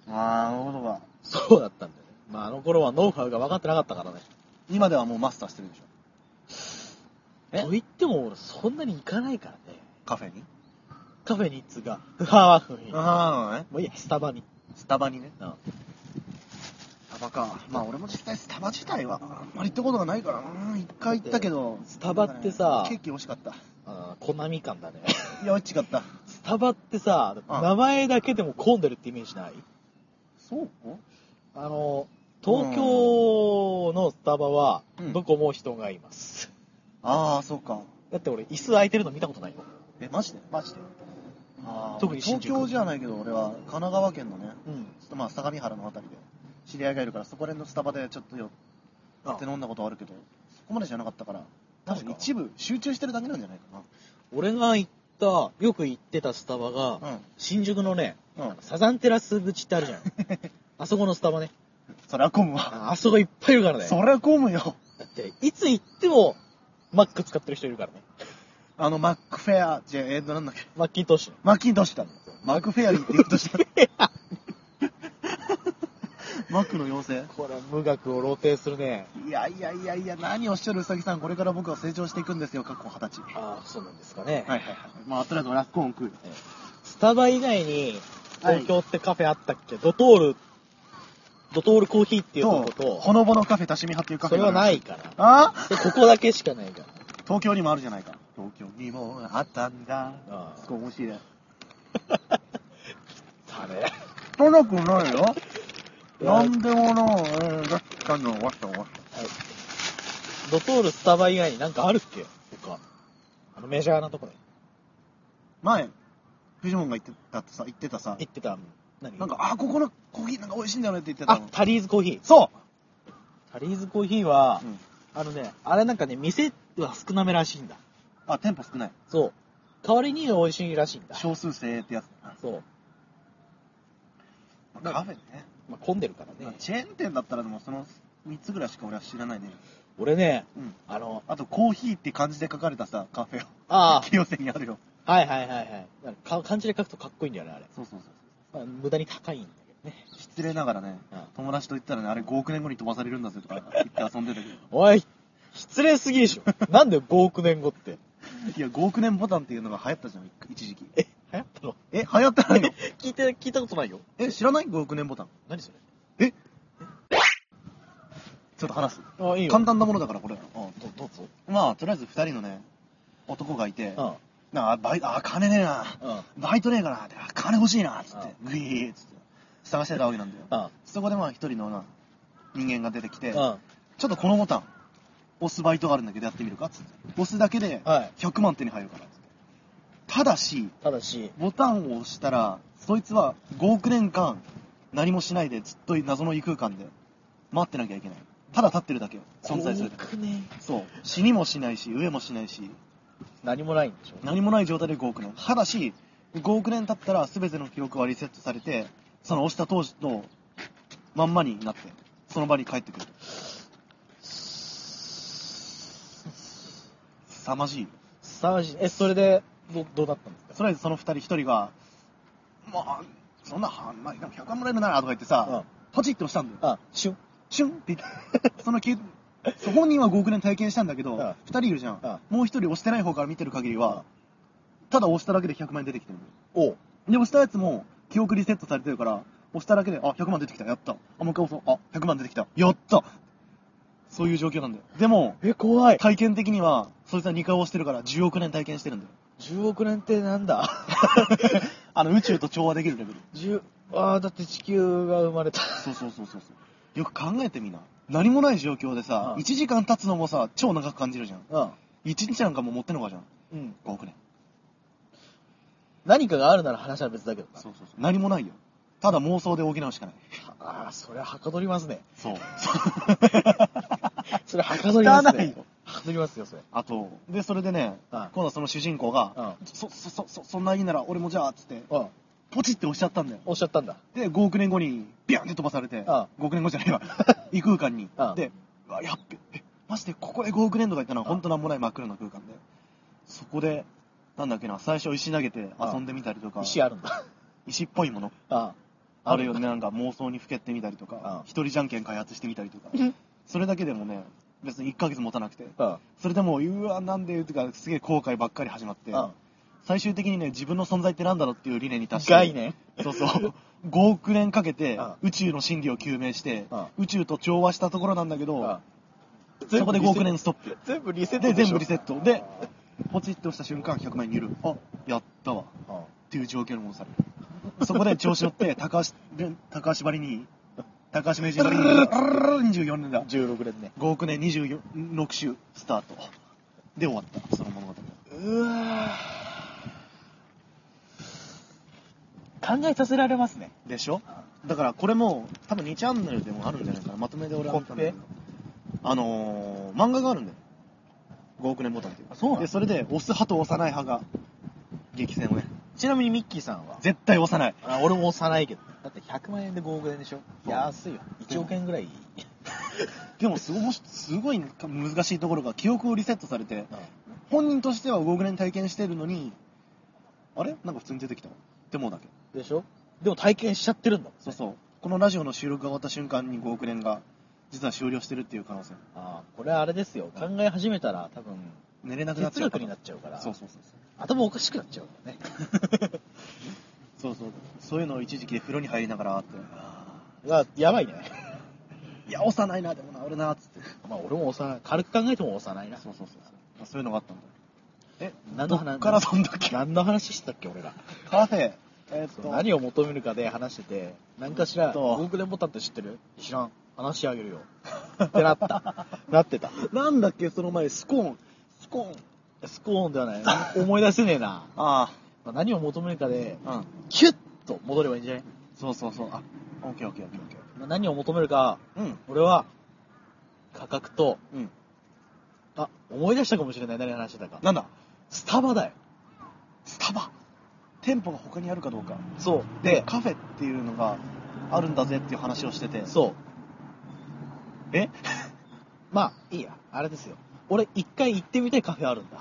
B: ー、なるほどわ
A: そうだったんだよね。まあ、あの頃はノウハウが分かってなかったからね。
B: 今ではもうマスターしてるでしょ。え
A: と言っても、俺そんなに行かないからね。
B: カフェに。
A: カフェにっつうか、ふはふに。も
B: あー、ね。
A: ういいや、スタバに。
B: スタバにね。
A: うん
B: スタバか。まあ俺も実際スタバ自体は、あんまり行ったことがないからな、一回行ったけど。
A: スタバってさ
B: ケーキ美味しかった。
A: あーコナミ感 [laughs] だね。
B: いや、美味しかった。
A: スタバってさ、
B: うん
A: 名前だけでも混んでるってイメージない
B: そう
A: あの、東京のスタバは
B: う、ん
A: どこも人がいます。
B: あー、そうか。
A: だって俺、椅子空いてるの見たことないよ。
B: え、マジでマジであー
A: 特に新宿
B: 東京じゃないけど、俺は神奈川県のね、
A: うん。
B: ちょっとまあ相模原のあたりで知り合いがいるからそこら辺のスタバでちょっとよって飲んだことあるけどそこまでじゃなかったから多分一部集中してるだけなんじゃないか
A: 俺が行った、よく行ってたスタバが、
B: な
A: 新宿のね、
B: うんうん
A: サザンテラス口ってある [laughs] じゃん。あそこのスタバね。
B: そりゃ混むわ
A: ああそこいっぱいいるからね。
B: そりゃ混むよ
A: だって、いつ行っても、マック使ってる人いるからね。
B: あのマックフェアじゃえっとなんだっけ
A: マッキントッシュね。
B: マッキントッシュだマックフェアリーって言おうとした [laughs] マックの妖
A: これ、無学を露呈するね。
B: 精いやいやいやいや何をおっしゃるうさぎさんこれから僕は成長していくんですよかっこ二十歳
A: ああ、そうなんですかね。
B: はいはいはいまあとりあえず俺はコーン食うよ
A: スタバ以外に、
B: はい
A: 東京ってカフェあったっけ、ドトール、ドトールコーヒーっていうとこと、
B: ほのぼのカフェ多趣味派っていうカ
A: そ
B: フェ
A: れ
B: があ
A: は
B: る
A: ないから。
B: あ
A: で、ここだけしかないから。
B: 東京にもあるじゃないか東京にもあったんだ
A: ああ
B: すごい面白い
A: ダメ。
B: そんなくないよ
A: いや
B: なんでもなえーだったのわったわ
A: ドトール、スタバ以外になんかあるっけ他。あのメジャーなとこで。
B: 前フジモンが言ってたってさ言ってたさ
A: 行ってた、何
B: なんかあここのコーヒーなんか美味しいんだよねって言ってた
A: あ
B: の、
A: タリーズコーヒー。
B: そ
A: タリーズコーヒーは
B: う、、うん、
A: あのね、あれなんかね、店は少なめらしいんだ。
B: あ店舗少ない
A: そう。代わりに美味しいらしいんだ。
B: 少数制ってやつ
A: そう。
B: まあカフェね、
A: まあ、混んでるから
B: まあ
A: ね。
B: チェーン店だったらでもその3つぐらいしか俺は知らないね
A: 俺ね、
B: うん
A: あの、
B: あとコーヒーって漢字で書かれたさカフェ [laughs] を
A: あ
B: 清瀬にあるよ
A: あ、はいはいはいはい。なんか漢字で書くとかっこいいんだよね、あれ。
B: そうそうそ
A: ま
B: う
A: あ無駄に高いんだけどね。
B: 失礼ながらね、
A: うん
B: 友達と言ったらね、あれ5億年後に飛ばされるんだぜとか言って遊んでたけど、
A: おい、失礼すぎでしょ。なんで5億年後って。
B: いや、5億年ボタンっていうのが流行ったじゃん、一時期。
A: え、流行ったの
B: え、流行ってないの
A: 聞いて、聞いたことないよ。
B: [laughs] え、知らない ?5 億年ボタン。
A: 何それ
B: ちょっと話す。
A: あ、いいよ。
B: 簡単なものだから、これ。うん
A: どどうぞ。
B: まあ、とりあえず2人のね、男がいて、
A: あ
B: なあ、バイト、あ、金ねえな。
A: あ
B: バイトねえからって、あ金欲しいな、つって、
A: う
B: グイーっつって、探してたわけなんだよ。
A: あ
B: そこでまあ、一人のな、人間が出てきて、ちょ
A: あ
B: っとこのボタン、押すバイトがあるんだけどやってみるか、つって。押すだけで、
A: はい
B: 100万手に入るから、つって。ただし、
A: ただし、
B: ボタンを押したら、そいつは5億年間、何もしないで、ずっと謎の異空間で、待ってなきゃいけない。ただ立ってるだけよ、存在するだけ。
A: 5億年
B: そう。死にもしないし、飢えもしないし、
A: 何もないんでしょ
B: 何もない状態で5億年。ただし、5億年経ったら全ての記録はリセットされて、その押した当時のまんまになって、その場に帰ってくる。凄まじい。
A: さあし、え、それで、どどうだったんですか
B: とりあえずその2人、1人が、まあ、そんな、はまあ、でも100万もらえるならとか言ってさ、ポチって押したんだよ。
A: あ、シュン。
B: シュンって言って、そのき、そ本人は5億年体験したんだけど、
A: うん
B: 2人いるじゃん。もう1人押してない方から見てる限りは、ただ押しただけで100万円出てきてるんだよ。
A: おう
B: で、押したやつも、記憶リセットされてるから、押しただけで、あ、100万出てきた、やった。あ、もう一回押そう。あ、100万出てきた、やった。そういう状況なんだよ。でも、
A: え、怖い。
B: 体験的には、そいつは2回押してるから、10億年体験してる
A: [laughs]
B: んだよ。
A: 10億年ってなん [laughs] だ
B: あの、宇宙と調和できるレベル。
A: ?10、ああ、だって地球が生まれた。
B: そうそうそうそうそう。よく考えてみな。何もない状況でさ、
A: うん
B: 1時間経つのもさ、超長く感じるじゃん。
A: うん。
B: 1日なんかもう持ってんのかじゃん。
A: うん。
B: 5億年。
A: 何かがあるなら話は別だけどな。
B: そうそうそう。何もないよ。ただ妄想で補うしかない。
A: ああ、それははかどりますね。
B: そう。
A: [laughs] それはかどります
B: 汚い
A: ね
B: よ。
A: はかどりますよ、それ。
B: あと、で、それでね、
A: あ
B: 今度はその主人公が、
A: う
B: そ、そ、そ、そ、そんないいなら俺もじゃあ、つって、
A: うん。
B: ポチって押しちゃったんだよ。
A: おっしゃったんだ。
B: で、5億年後に、ビャンって飛ばされて、
A: あ
B: 5億年後じゃ [laughs] ないわ。異空間に
A: あ。
B: で、うわ、やっべ、え、マジでここで5億年とか言ったのは、ほんとなんもない真っ暗な空間で。そこで、なんだっけな、最初石投げて遊んでみたりとか、
A: 石あるんだ。
B: 石っぽいもの、
A: [laughs] あ
B: あるよね、なんか妄想にふけってみたりと
A: あ
B: か、一人じゃんけん開発してみたりとか
A: うん、
B: それだけでもね、別に1ヶ月持たなくて、
A: あ。
B: それでもう、うわ、なんで、とか、すげえ後悔ばっかり始まって、
A: うん
B: 最終的にね、自分の存在ってなんだろうっていう理念に達して、
A: 概念
B: そうそう、5億 [laughs] 年かけて
A: うん、
B: 宇宙の真理を究明して
A: うん、
B: 宇宙と調和したところなんだけど、
A: うん
B: そこで5億年ストップ。
A: 全部リセットし
B: で、
A: ょ
B: 全部リセット。で、ポチって押した瞬間、100万円にいる。あ、やったわ。
A: うん
B: っていう状況に戻される。そこで調子乗って、高橋、で高橋ばりに、高橋名人ばりに、24年だ。
A: 16年ね
B: 5億年26週スタート。で終わった、その物語。
A: うわ考えさせられますね
B: でしょだからこれも多分2チャンネルでもあるんじゃないかなまとめで俺は見たんだけどあのー、漫画があるんだよ5億年ボタンっていう
A: あそうなの
B: でそれで押す派と押さない派が激戦をね
A: ちなみにミッキーさんは
B: 絶対押さない
A: あ俺も押さないけどだって100万円で5億円でしょ
B: そう
A: 安いよ1億円ぐらい
B: でもすごもしすごい難しいところが記憶をリセットされて本人としては5億年体験してるのにあれなんか普通に出てきたわって思うだけ
A: でしょでも体験しちゃってるんだもん
B: そうそうこのラジオの収録が終わった瞬間に5億年が実は終了してるっていう可能性
A: あーこれはあれですよ考え始めたら多分
B: 寝れなくなっ
A: 哲
B: ちゃう
A: 学
B: から
A: になっちゃうから
B: そうそうそうそう
A: 頭おかしくなっちゃう
B: [laughs]
A: からね [laughs]
B: そうそうそういうのを一時期で風呂に入りながらって
A: うわやばいね [laughs]
B: いや押さないなでもな俺なっつって
A: まあ俺も押さない軽く考えても押さないな
B: そうそうそうそうそういうのがあったんだえ
A: 何の話
B: どっからそんだっけ
A: 何の話してたっけ俺ら
B: カフェえーっ
A: そう
B: と
A: 何を求めるかで話してて何かし
B: え
A: ら
B: っと
A: 5億年ボタンって知ってる知らん話してあ
B: [laughs]
A: げるよってなったなってた
B: なんだっけその前スコーンスコーン
A: スコーンではない思い出せねえな、
B: あ
A: まあ、何を求めるかで
B: あうん
A: キュッと戻ればいいんじゃない、
B: そうそうそうあオッケーオッケーオッケーオッケ
A: まあ、何を求めるか
B: ーうん
A: 俺は価格と
B: うん
A: あ思い出したかもしれない何話してたか
B: なんだ
A: スタバだよ
B: スタバ店舗が他にあるかどうか
A: そう
B: で
A: で
B: カフェっていうのがあるんだぜっていう話をしてて
A: そう
B: え
A: まあいいやあれですよ俺一回行ってみたいカフェあるんだ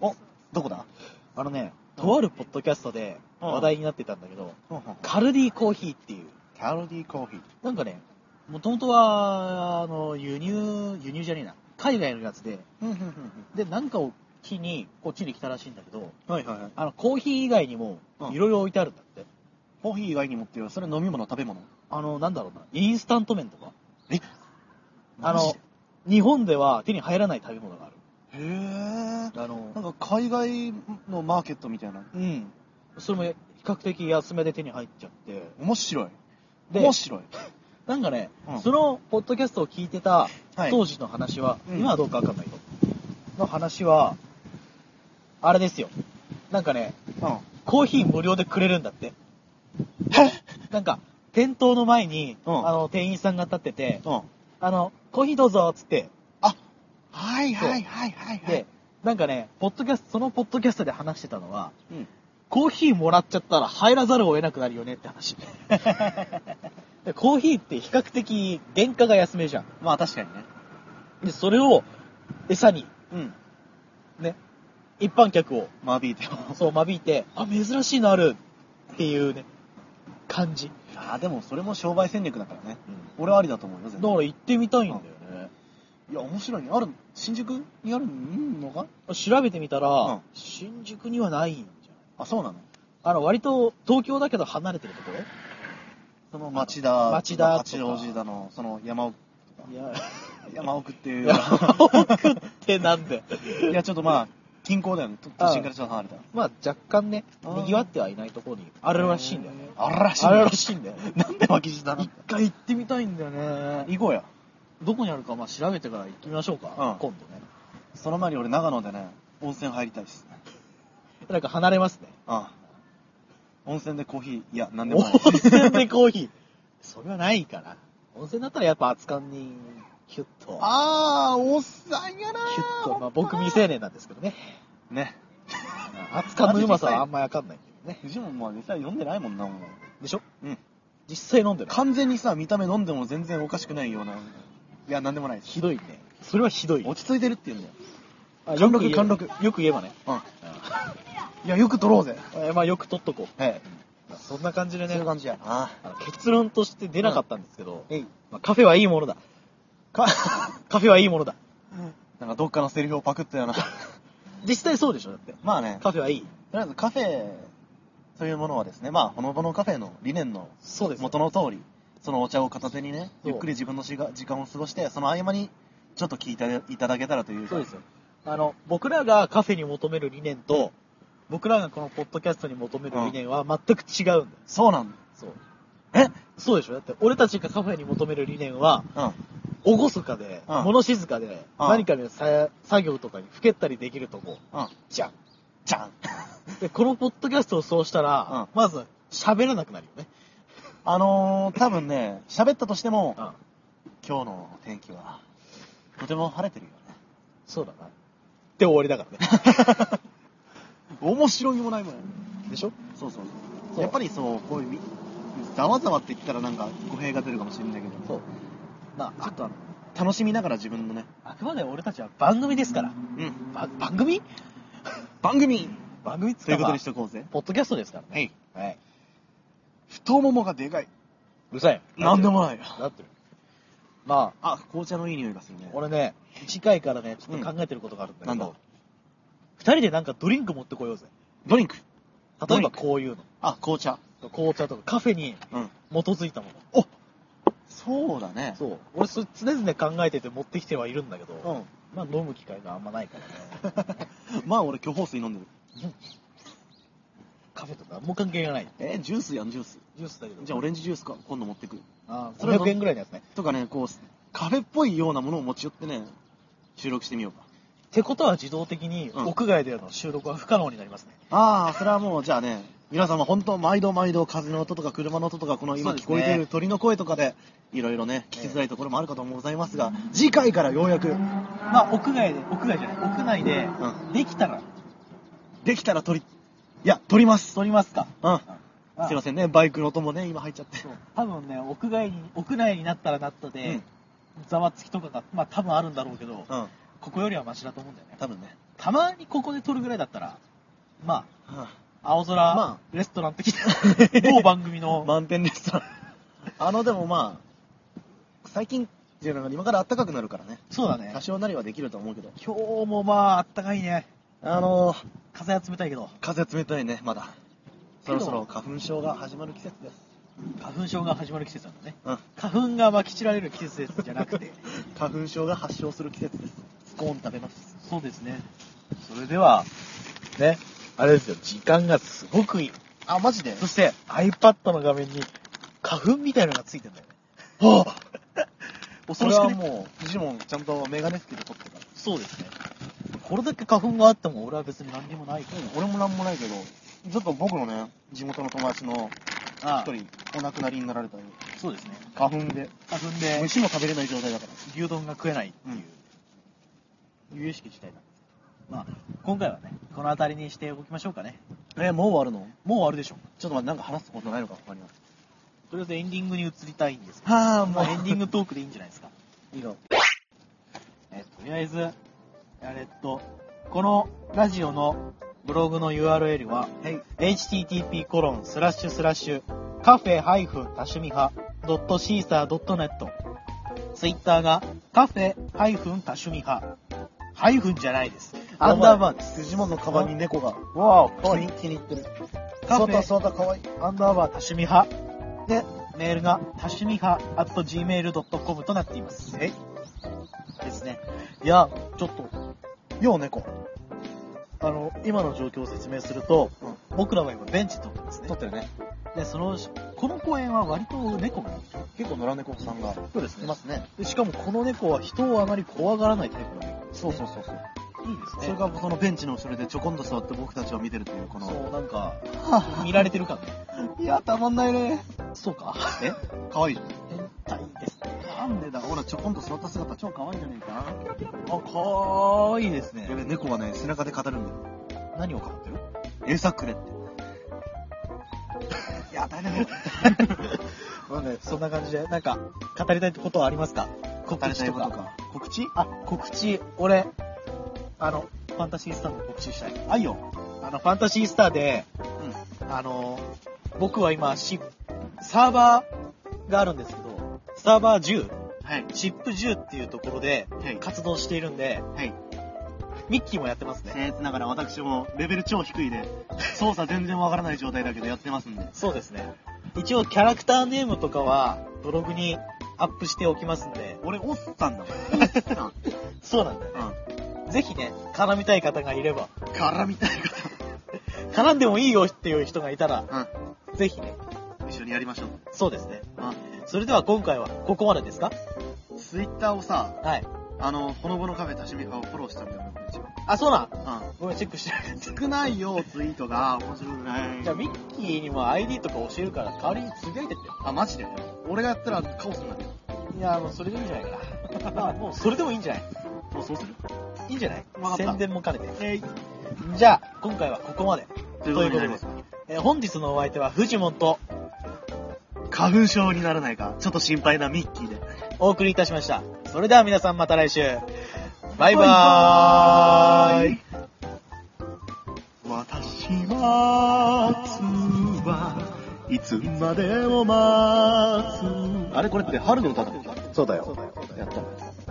B: おどこだ
A: あのねとあるポッドキャストで話題になってたんだけど、
B: キ
A: カルディコーヒーっていう
B: ャロディコーヒー
A: なんかね、もともとは、あの、輸入、輸入じゃねえな、海外のやつで、
B: うんうんうんうん
A: で、なんかを日にこっちに来たらしいんだけど、
B: はいはいはい
A: あの、コーヒー以外にも
B: うん
A: いろいろ置いてあるんだって。
B: コーヒー以外にもっていうのはそれは飲み物食べ物
A: あの、なんだろうな、インスタント麺とか。
B: え
A: あの、日本では手に入らない食べ物がある。
B: へえ
A: あ
B: な
A: の、
B: んか海外のマーケットみたいな
A: うん。それも比較的安めで手に入っちゃって。
B: 面白い
A: で
B: 面白い
A: なんかね、
B: うん
A: そのポッドキャストを聞いてた
B: はい
A: 当時の話は、
B: うん
A: 今はどうかわかんないよ。の話は、あれですよ。なんかね、
B: うん
A: コーヒー無料でくれるんだって。
B: え
A: なんか、店頭の前に、
B: うん
A: あの、店員さんが立ってて、
B: うん
A: あの、コーヒーどうぞっつって、
B: はいはいはいはいはい
A: で、なんかね、ポッドキャスト、そのポッドキャストで話してたのは、
B: うん
A: コーヒーもらっちゃったら入らざるを得なくなるよねって話。でコーヒーって比較的原価が安めじゃん。
B: まあ確かにね
A: で、それを餌に、
B: うん
A: ね、一般客を、
B: 間引いても
A: そう、間引いて、あ、珍しいのあるっていうね、感じ。
B: あーでもそれも商売戦略だからね
A: うん
B: 俺はありだと思うよ
A: だ
B: 全
A: か
B: 然
A: ら行ってみたいんだよね。
B: いや面白いねある新宿にあるのか
A: 調べてみたら、
B: うん
A: 新宿にはないんじゃん。
B: あそうなの
A: あの、割と東京だけど離れてるところ
B: その町田
A: 町田とか
B: 八王子だのその山奥
A: い [laughs] や、
B: 山奥って
A: [laughs]
B: いう
A: 山奥ってなんで。
B: いやちょっとまあ近郊だよね都都心からちょっと離れた
A: まあ若干ね、
B: あー
A: 賑わってはいないところにあるらしいんだよね。
B: あららしい
A: あるらしいんだよ。 [laughs]
B: なんで脇地だな
A: 一回行ってみたいんだよね。
B: 行こうや
A: どこにあるか、まあ調べてから行ってみましょうか、
B: うん
A: 今度ね。
B: その前に俺長野でね温泉入りたいですね
A: なんか離れますね。
B: ああ温泉でコーヒーいやなんでもない
A: 温泉でコーヒー。それはないから。温泉だったらやっぱ熱燗に、キュッと。
B: ああおっさんやな
A: キュッと。まあ僕未成年なんですけどね。
B: ね
A: 熱燗のうまさはあんまりわかんないけどね。
B: 藤本もまあ実際飲んでないもんなもう
A: でしょ
B: うん
A: 実際飲んでる。
B: 完全にさ見た目飲んでも全然おかしくないようないやなんでもないです
A: ひどいね。それはひどい。
B: 落ち着いてるっていうんだよ
A: あ
B: 貫禄
A: よく言え
B: 貫禄
A: よく言えばね。
B: いやよく取ろうぜ
A: えまあよく取っとこ
B: はい、
A: う。そんな感じで
B: そうい
A: ね
B: う、感じやあ
A: あの結論として出なかったんですけど、
B: えい
A: まあ、カフェはいいものだ。
B: か
A: [laughs] カフェはいいものだ。
B: なんかどっかのセリフをパクったよう
A: [laughs]
B: な
A: 実際そうでしょ、だって。
B: まあねと
A: カフェはいい。
B: りあえずカフェというものはですねまあほのぼのカフェの理念の
A: そうです。
B: 元の通りそのお茶を片手にね
A: そう
B: ゆっくり自分のしが時間を過ごしてその合間にちょっと聞いていただけたらというか
A: そうですよ。あの、僕らがカフェに求める理念と、僕らがこのポッドキャストに求める理念は全く違うんだよ。
B: そうなん
A: そう。
B: だえ
A: そうでしょだって、俺たちがカフェに求める理念は、
B: うん
A: おごそかで、
B: うん
A: 物静かで、
B: うん
A: 何かね、さ作業とかにふけったりできるとこ。
B: うん
A: じゃん。
B: じゃん
A: で、このポッドキャストをそうしたら、まず、喋らなくなるよね。
B: あのー、多分ね喋ったとしても
A: うん。
B: 今日の天気はとても晴れてるよね
A: そうだな。で終わりだから [laughs] ね。
B: 面白みもないもん
A: でしょ
B: そうそう
A: そう
B: やっぱりそうこういうみざわざわって言ったらなんか語弊が出るかもしれないけど
A: そう。なあ、
B: ちょっとあの楽しみながら自分のね
A: あくまで俺たちは番組ですから。
B: うん
A: ば番組
B: 番組
A: 番組っつ
B: ということにし
A: して
B: おこうぜ
A: ポッドキャストですからね。
B: はい
A: はい。
B: 太ももがでかいう
A: るさい。
B: なんでもないよ
A: なってる。ま
B: あ紅茶のいい匂いがする
A: あ
B: ね、
A: 俺ね、次回からね、ちょっと考えてることがあるんだ
B: な
A: け
B: んだ
A: ど、二人でなんかドリンク持ってこようぜ。
B: ドリンク
A: 例えばこういう
B: あ紅茶
A: の。紅茶とかカフェに
B: うん
A: 基づいたもの。
B: そうだね
A: そう。俺、それ常々考えてて持ってきてはいるんだけど、
B: うん
A: まあ飲む機会があんまないからね。 [laughs]
B: まあ俺巨峰水飲んでる
A: カフェとか何も関係がない。
B: えジュースやんジュース
A: ジュースだけど。
B: じゃあオレンジジュースか今度持ってくる
A: あー
B: それは
A: 500円ぐらいのやつね。
B: とかねこうカフェっぽいようなものを持ち寄ってね収録してみようか
A: ってことは自動的に
B: うん
A: 屋外での収録は不可能になりますね。
B: ああ、それはもう、じゃあね、皆様、本当、毎度毎度、風の音とか車の音とか、この今
A: そうで
B: 聞
A: すね
B: こえている鳥の声とかで、いろいろね、聞きづらいところもあるかとございますが、次回からようやく、うん、
A: まあ屋外で、屋外じゃない、屋内で、できたら
B: できたら撮り、いや、撮ります。
A: 撮りますか。
B: うん。
A: あ
B: すいませんね、バイクの音もね、今入っちゃって。
A: そう多分ね、屋外に、屋内になったらなった
B: う
A: で
B: ん、
A: ざわつきとかが、まあ多分あるんだろうけど、
B: うん、
A: ここよりはマシだと思うんだよね。
B: 多分ね。
A: たまにここで撮るぐらいだったら、ま
B: うん
A: あ、青空、
B: ま
A: レストラン的な、
B: [laughs]
A: 某番組の、
B: 満点レストラン。あの、でもまあ、最近っていうのが今から暖かくなるからね、
A: そうだね
B: 多。少なりはできると思うけど、
A: 今日もまあ、あったかいね。
B: あのー、
A: 風は冷たいけど、
B: 風冷たいね、まだ。そろそろ花粉症が始まる季節です。
A: 花粉症が始まる季節なんだね。
B: うん。
A: 花粉がまき散られる季節じゃなくて、
B: [laughs] 花粉症が発症する季節です。スコーン食べます。
A: [laughs] そうですね。
B: それでは、ね、あれですよ、時間がすごくいい。
A: あ、マジで
B: そして
A: iPad の画面に花粉みたいなのがついてんだよね。
B: はぁ
A: [laughs] 恐
B: 恐ろ
A: ろ
B: し
A: し
B: く
A: く
B: ね
A: ね
B: もう、フジモンちゃんとメガネつけて撮ってから。
A: そうですね。これだけ花粉があっても俺は別に何にもないけど。
B: 俺もなんもないけど、ちょっと僕のね、地元の友達の
A: あ
B: 一人、お亡くなりになられたよ
A: そうですね。
B: 花粉で。
A: 花粉で
B: 飯も食べれない状態だから。
A: 牛丼が食えないっていう、由々しき事態なんですけど。まあ、今回はね、この辺りにしておきましょうかね。
B: えもう終わるの
A: もう終わるでしょ。
B: ちょっと待って、なんか話すことないのか他には。
A: とりあえずエンディングに移りたいんですけど、
B: は
A: まあエンディングトークでいいんじゃないですか。
B: いいの。
A: えとりあえず、えっと、このラジオのブログの URL は、
B: はい。
A: http コロンスラッシュスラッシュカフェハイフ多趣味派ドットシーサードットネットツイッターがカフェハイフン多趣味派ハイフンじゃないですアンダーバーです
B: す。フジモンのカバンに猫が。
A: わお
B: かわいい。気に入ってる。
A: カフ
B: そうだ
A: ェ
B: そうだ、かわいい。
A: アンダーバー多趣味派でメールが多趣味派 at gmail.com となっています
B: え
A: ですね
B: いや、ちょっと、よう猫。
A: あの今の状況を説明すると、
B: うん
A: 僕らは今ベンチとってますね
B: ってるね。
A: でそのこの公園は割と猫がいる
B: 結構野良猫さんが。
A: そうです
B: いますね。
A: でしかもこの猫は人をあまり怖がらないタイプの猫
B: そうそうそうそう。
A: いいです
B: それがそのベンチの後ろでちょこんと座って僕たちを見てるという、この。
A: そうなんか
B: は
A: 見られてる感ね
B: [laughs] ぁいや、たまんないね。
A: そうか
B: え可愛いじゃん。
A: 変態ですね
B: なんでだほら、ちょこんと座った姿超可愛いんじゃねえか
A: あかわいいですね
B: やべ、猫はね、背中で語るんだよ。
A: 何をかぶってる
B: 餌くれって。い [laughs] や、大変だよ。
A: まあねそんな感じでなんか語りたいことはありますか告知とか
B: か。告知
A: あ告知俺あのファンタシースターの告知したい
B: あいよ。
A: あのファンタシースターで
B: う
A: あの僕は今シサーバーがあるんですけどサーバー10
B: ん。はい。
A: チップ10っていうところで
B: はい
A: 活動しているんで、
B: はい。
A: ミッキーもやってますね。
B: 僭越ながら私もレベル超低いで、操作全然わからない状態だけどやってますんで。
A: そうですね。一応キャラクターネームとかはブログにアップしておきますんで、
B: 俺、おっさんだもん。おっさん。
A: そうなんだよ
B: う
A: ね。ぜひね、絡みたい方がいれば、
B: ん。からみたい
A: 絡んでもいいよっていう人がいたら、
B: な。
A: ぜひね、
B: うん。一緒にやりましょう。
A: そうですね。
B: う
A: それでは今回はここまでですか
B: ん。ツイッターをさ、
A: はい。
B: あの、ほのぼのカフェたしみかをフォローしたんだよね、こんにちは。
A: あ、そうなん。
B: うん。
A: ごめん、チェックしてなかった
B: 少ないよ、ツイートが。面白くない。
A: じゃあミッキーにも ID とか教えるから代わりにつぶやいてってよ。
B: あ、マジで俺がやったらカオスになるよ。
A: いや、もうそれでいいんじゃないかな。 [laughs] まあ、もうそれでもいいんじゃない
B: もうそうする
A: いいんじゃない
B: わかった
A: 宣伝も兼ねて。
B: えい。
A: じゃあ、今回はここまで。
B: ということになります。
A: えー本日のお相手はフジモンと
B: 花粉症にならないか、ちょっと心配なミッキーで。
A: お送りいたしました。それでは皆さんまた来週。バイバーイ。
B: 私は、つはいつまでも待つ。あれこれって春の歌だそうだよ。やった。